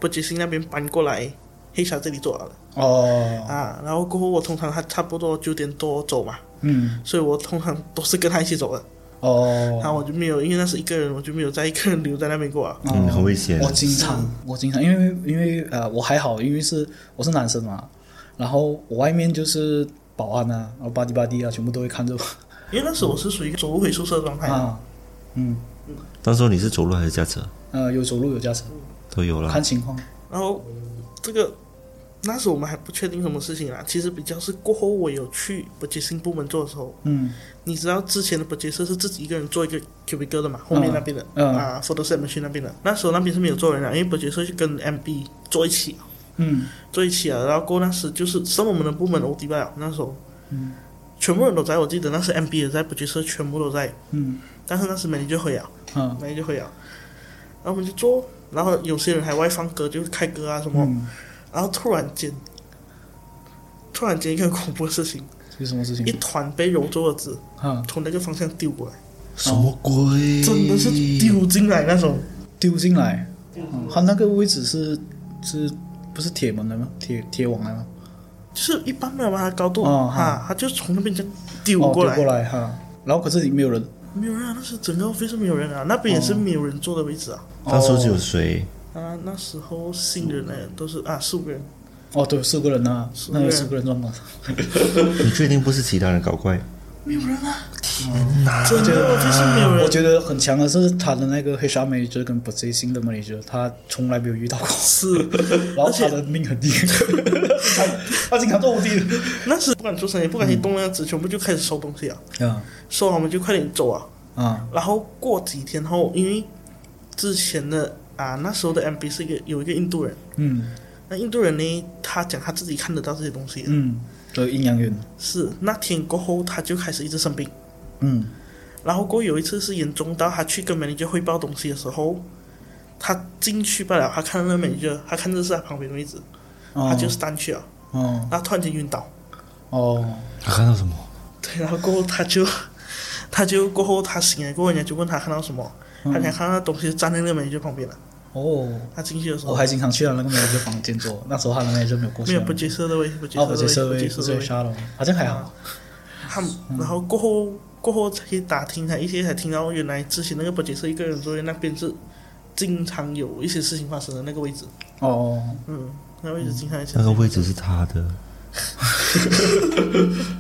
Speaker 4: b u d g e t i n g 那边搬过来黑沙这里做了
Speaker 1: 哦，
Speaker 4: 啊。然后过后我通常他差不多九点多走嘛，
Speaker 1: 嗯，
Speaker 4: 所以我通常都是跟他一起走的。
Speaker 1: 哦，
Speaker 4: 然后我就没有，因为那是一个人，我就没有在一个人留在那边过啊。
Speaker 3: 嗯，很危险
Speaker 1: 哦我。经常，我经常，因为因为呃，我还好，因为是我是男生嘛，然后我外面就是保安啊，然后吧唧吧唧啊，全部都会看着我
Speaker 4: 因为那时候我是属于走不回宿舍的状态，
Speaker 1: 啊，嗯，
Speaker 3: 到时候你是走路还是驾车？
Speaker 1: 呃，有走路有驾车，
Speaker 3: 都有了
Speaker 1: 看。情况，
Speaker 4: 然后这个那时候我们还不确定什么事情啦。啊其实比较是过后我有去 b u d 部门做的时候，
Speaker 1: 嗯
Speaker 4: 你知道之前的 b u d 是自己一个人做一个 cubicle 的嘛，后面那边的、
Speaker 1: 嗯
Speaker 4: 啊 Photoshop 去那边的。那时候那边是没有做人啊了，因为 b u d 是跟 MB 做一起，啊
Speaker 1: 嗯
Speaker 4: 做一起啊。然后过后那时就是剩我们的部门 OD 罢了，啊那时候。
Speaker 1: 嗯
Speaker 4: 全部人都在，我记得那时 MB 也在，不角色全部都在，
Speaker 1: 嗯
Speaker 4: 但是那时美女就回了，
Speaker 1: 啊
Speaker 4: 美女就回了，然后我们就做，然后有些人还外放歌，就是开歌啊什么，
Speaker 1: 嗯，
Speaker 4: 然后突然间，突然间一个很恐怖的事情，
Speaker 1: 是什么事
Speaker 4: 一
Speaker 1: 情
Speaker 4: 团被揉皱的纸
Speaker 1: 啊？
Speaker 4: 从那个方向丢过来，
Speaker 3: 什么鬼？
Speaker 4: 真的是丢进来那种，
Speaker 1: 丢进来，嗯他那个位置是是不是铁门来吗？铁铁网来吗？
Speaker 4: 就是一般没有它的高度
Speaker 1: 哦
Speaker 4: 哈，它就从那边这样丢
Speaker 1: 哦，丢
Speaker 4: 过来，
Speaker 1: 过来哈，然后可是没有人，
Speaker 4: 没有人啊，那时整个 office 没有人啊，那边也是
Speaker 1: 哦
Speaker 4: 没有人坐的位置啊，
Speaker 3: 到时候只有谁？
Speaker 4: 啊，那时候新人呢
Speaker 1: 嗯
Speaker 4: 都是啊四五个人，
Speaker 1: 哦，对，四个人啊，那有
Speaker 4: 四
Speaker 1: 四
Speaker 4: 个
Speaker 1: 个人撞的，
Speaker 3: 你确定不是其他人搞怪？
Speaker 4: 没有人啊，天哪， 真的 office 没有
Speaker 1: 我
Speaker 4: 人，
Speaker 1: 觉得很强的是他的那个黑沙 manager 跟 b u d 的 manager，他从来没有遇 到过，
Speaker 4: 是。
Speaker 1: 然后他的命很硬，他他经常做无敌。
Speaker 4: 那时不敢出声，也不敢去动那个纸，全部就开始收东西啊，
Speaker 1: 啊
Speaker 4: 收完我们就快点走啊。
Speaker 1: 啊
Speaker 4: 然后过几天后，因为之前的啊那时候的 MB 是一个有一个印度人，
Speaker 1: 嗯
Speaker 4: 那印度人呢，他讲他自己看得到这些东西的，
Speaker 1: 嗯，对阴阳眼，
Speaker 4: 是那天过后他就开始一直生病，
Speaker 1: 嗯
Speaker 4: 然后过后有一次是严重到他去跟 manager 汇报东西的时候。他进去不了，他看到那 manager，他看的是他旁边的位置，
Speaker 1: 哦
Speaker 4: 他就是单去了，
Speaker 1: 哦
Speaker 4: 然后突然间晕倒，
Speaker 1: 哦
Speaker 3: 他看到什么？
Speaker 4: 对，然后过后他就，他就过后他醒来过后，人家就问他看到什么，他讲看到东西站在那个 manager 旁边了，
Speaker 1: 嗯哦，
Speaker 4: 他进去的时候
Speaker 1: 我还经常去他那个 manager 房间做，那时候他的 manager 没有过去
Speaker 4: 没
Speaker 1: 啊，
Speaker 4: 有不接受的位，不接
Speaker 1: 哦
Speaker 4: 受
Speaker 1: 不
Speaker 4: 的
Speaker 1: 接受
Speaker 4: 位，不接
Speaker 1: 位，
Speaker 4: 受
Speaker 1: 不
Speaker 4: 的
Speaker 1: 接
Speaker 4: 位。
Speaker 1: 杀了，好像还好，
Speaker 4: 他们然后过后过后才打听他一些，才听到原来之前那个不接受一个人说那边是经常有一些事情发生的那个位置，
Speaker 1: 哦，
Speaker 4: 嗯，那个位置经常有一些事情
Speaker 3: 那个
Speaker 1: 嗯
Speaker 3: 位置是他的，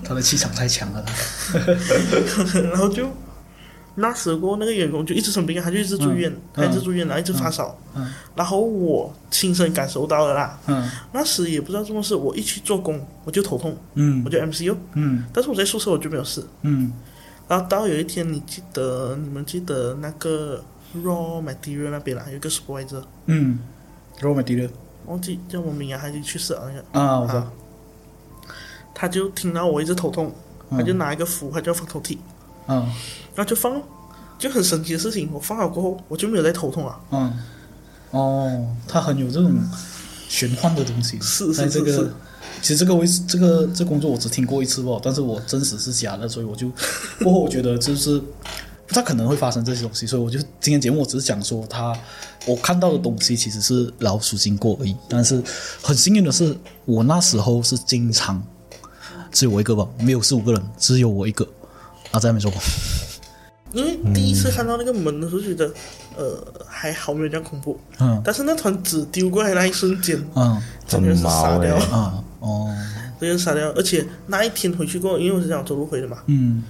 Speaker 1: 他的气场太强了，他
Speaker 4: 然后就那时候过后那个员工就一直生病，他就一直住院，
Speaker 1: 嗯
Speaker 4: 他一直住院，然后一直发烧。
Speaker 1: 嗯
Speaker 4: 然后我亲身感受到了啦，
Speaker 1: 嗯
Speaker 4: 那时也不知道这么事，我一去做工我就头痛，我
Speaker 1: 嗯
Speaker 4: 就 MCU，
Speaker 1: 嗯
Speaker 4: 但是我在宿舍我就没有事。
Speaker 1: 嗯，
Speaker 4: 然后啊到有一天，你记得你们记得那个 raw material 那边啦，啊有一个 supervisor，
Speaker 1: 嗯，罗美迪勒
Speaker 4: 忘记叫什么名啊，他就去世了那个。
Speaker 1: 啊，我知道
Speaker 4: 啊，他就听到我一直头痛，
Speaker 1: 嗯
Speaker 4: 他就拿一个符，他就放抽屉，
Speaker 1: 嗯
Speaker 4: 然后就放，就很神奇的事情，我放好过后，我就没有再头痛啊了。
Speaker 1: 嗯，哦，他很有这种玄幻的东西，
Speaker 4: 是
Speaker 1: 在
Speaker 4: 是
Speaker 1: 这
Speaker 4: 是
Speaker 1: 个
Speaker 4: 是，
Speaker 1: 其 实这个我一直这个这工作我只听过一次哦，但是我真实是假的，所以我就过后我觉得就是它可能会发生这些东西，所以我就今天节目我只是讲说它我看到的东西其实是老鼠经过而已，但是很幸运的是我那时候是经常只有我一个吧，没有四五个人，只有我一个啊，在那边说过，
Speaker 4: 因为第一次看到那个门的时候，觉得呃还好没有这样恐怖，
Speaker 1: 嗯
Speaker 4: 但是那团纸丢过来那一瞬间，
Speaker 1: 嗯
Speaker 4: 整个人是傻掉，
Speaker 3: 很毛欸
Speaker 1: 啊哦
Speaker 4: 整个人傻掉。而且那一天回去过后，因为我是想走路回的嘛，
Speaker 1: 嗯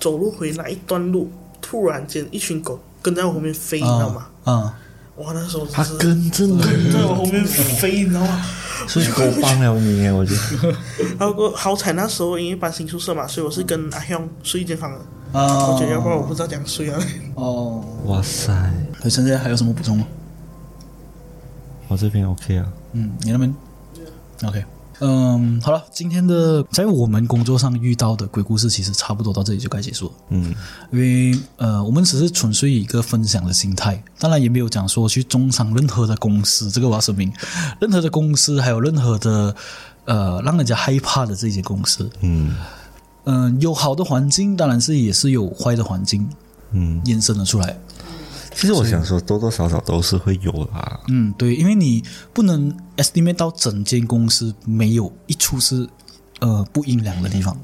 Speaker 4: 走路回那一段路，突然间一群狗跟在我后面飞，你知道吗
Speaker 1: 啊？啊
Speaker 4: 哇，那时候真
Speaker 3: 他
Speaker 4: 是
Speaker 3: 跟着你，
Speaker 4: 在我后面飞，你知道吗？
Speaker 3: 所以够帮了你欸耶，我觉得。
Speaker 4: 然后过好彩那时候因为搬新宿舍嘛，所以我是跟阿兄睡一间房的。
Speaker 1: 啊！
Speaker 4: 我觉得要不然我不知道怎样睡啊。
Speaker 1: 哦，
Speaker 3: 哇塞，
Speaker 1: 可现在还有什么补充吗？
Speaker 3: 我这边 OK 啊。
Speaker 1: 嗯，你那边？OK，嗯，好了，今天的在我们工作上遇到的鬼故事，其实差不多到这里就该结束了。
Speaker 3: 嗯，
Speaker 1: 因为呃，我们只是纯粹以一个分享的心态，当然也没有讲说去中伤任何的公司，这个我要声明，任何的公司还有任何的呃让人家害怕的这些公司，
Speaker 3: 嗯
Speaker 1: 嗯、有好的环境，当然是也是有坏的环境
Speaker 3: 嗯，
Speaker 1: 衍生了出来。
Speaker 3: 其实我想说，多多少少都是会有啦。
Speaker 1: 嗯，对，因为你不能 estimate 到整间公司没有一处是呃不阴凉的地方，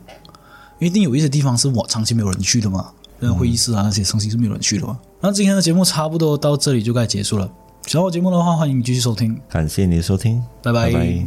Speaker 1: 一定有一些地方是我长期没有人去的嘛，
Speaker 3: 嗯
Speaker 1: 呃，会议室啊那些东西是没有人去的嘛。那今天的节目差不多到这里就该结束了，喜欢我节目的话，欢迎继续收听，
Speaker 3: 感谢你的收听，拜拜。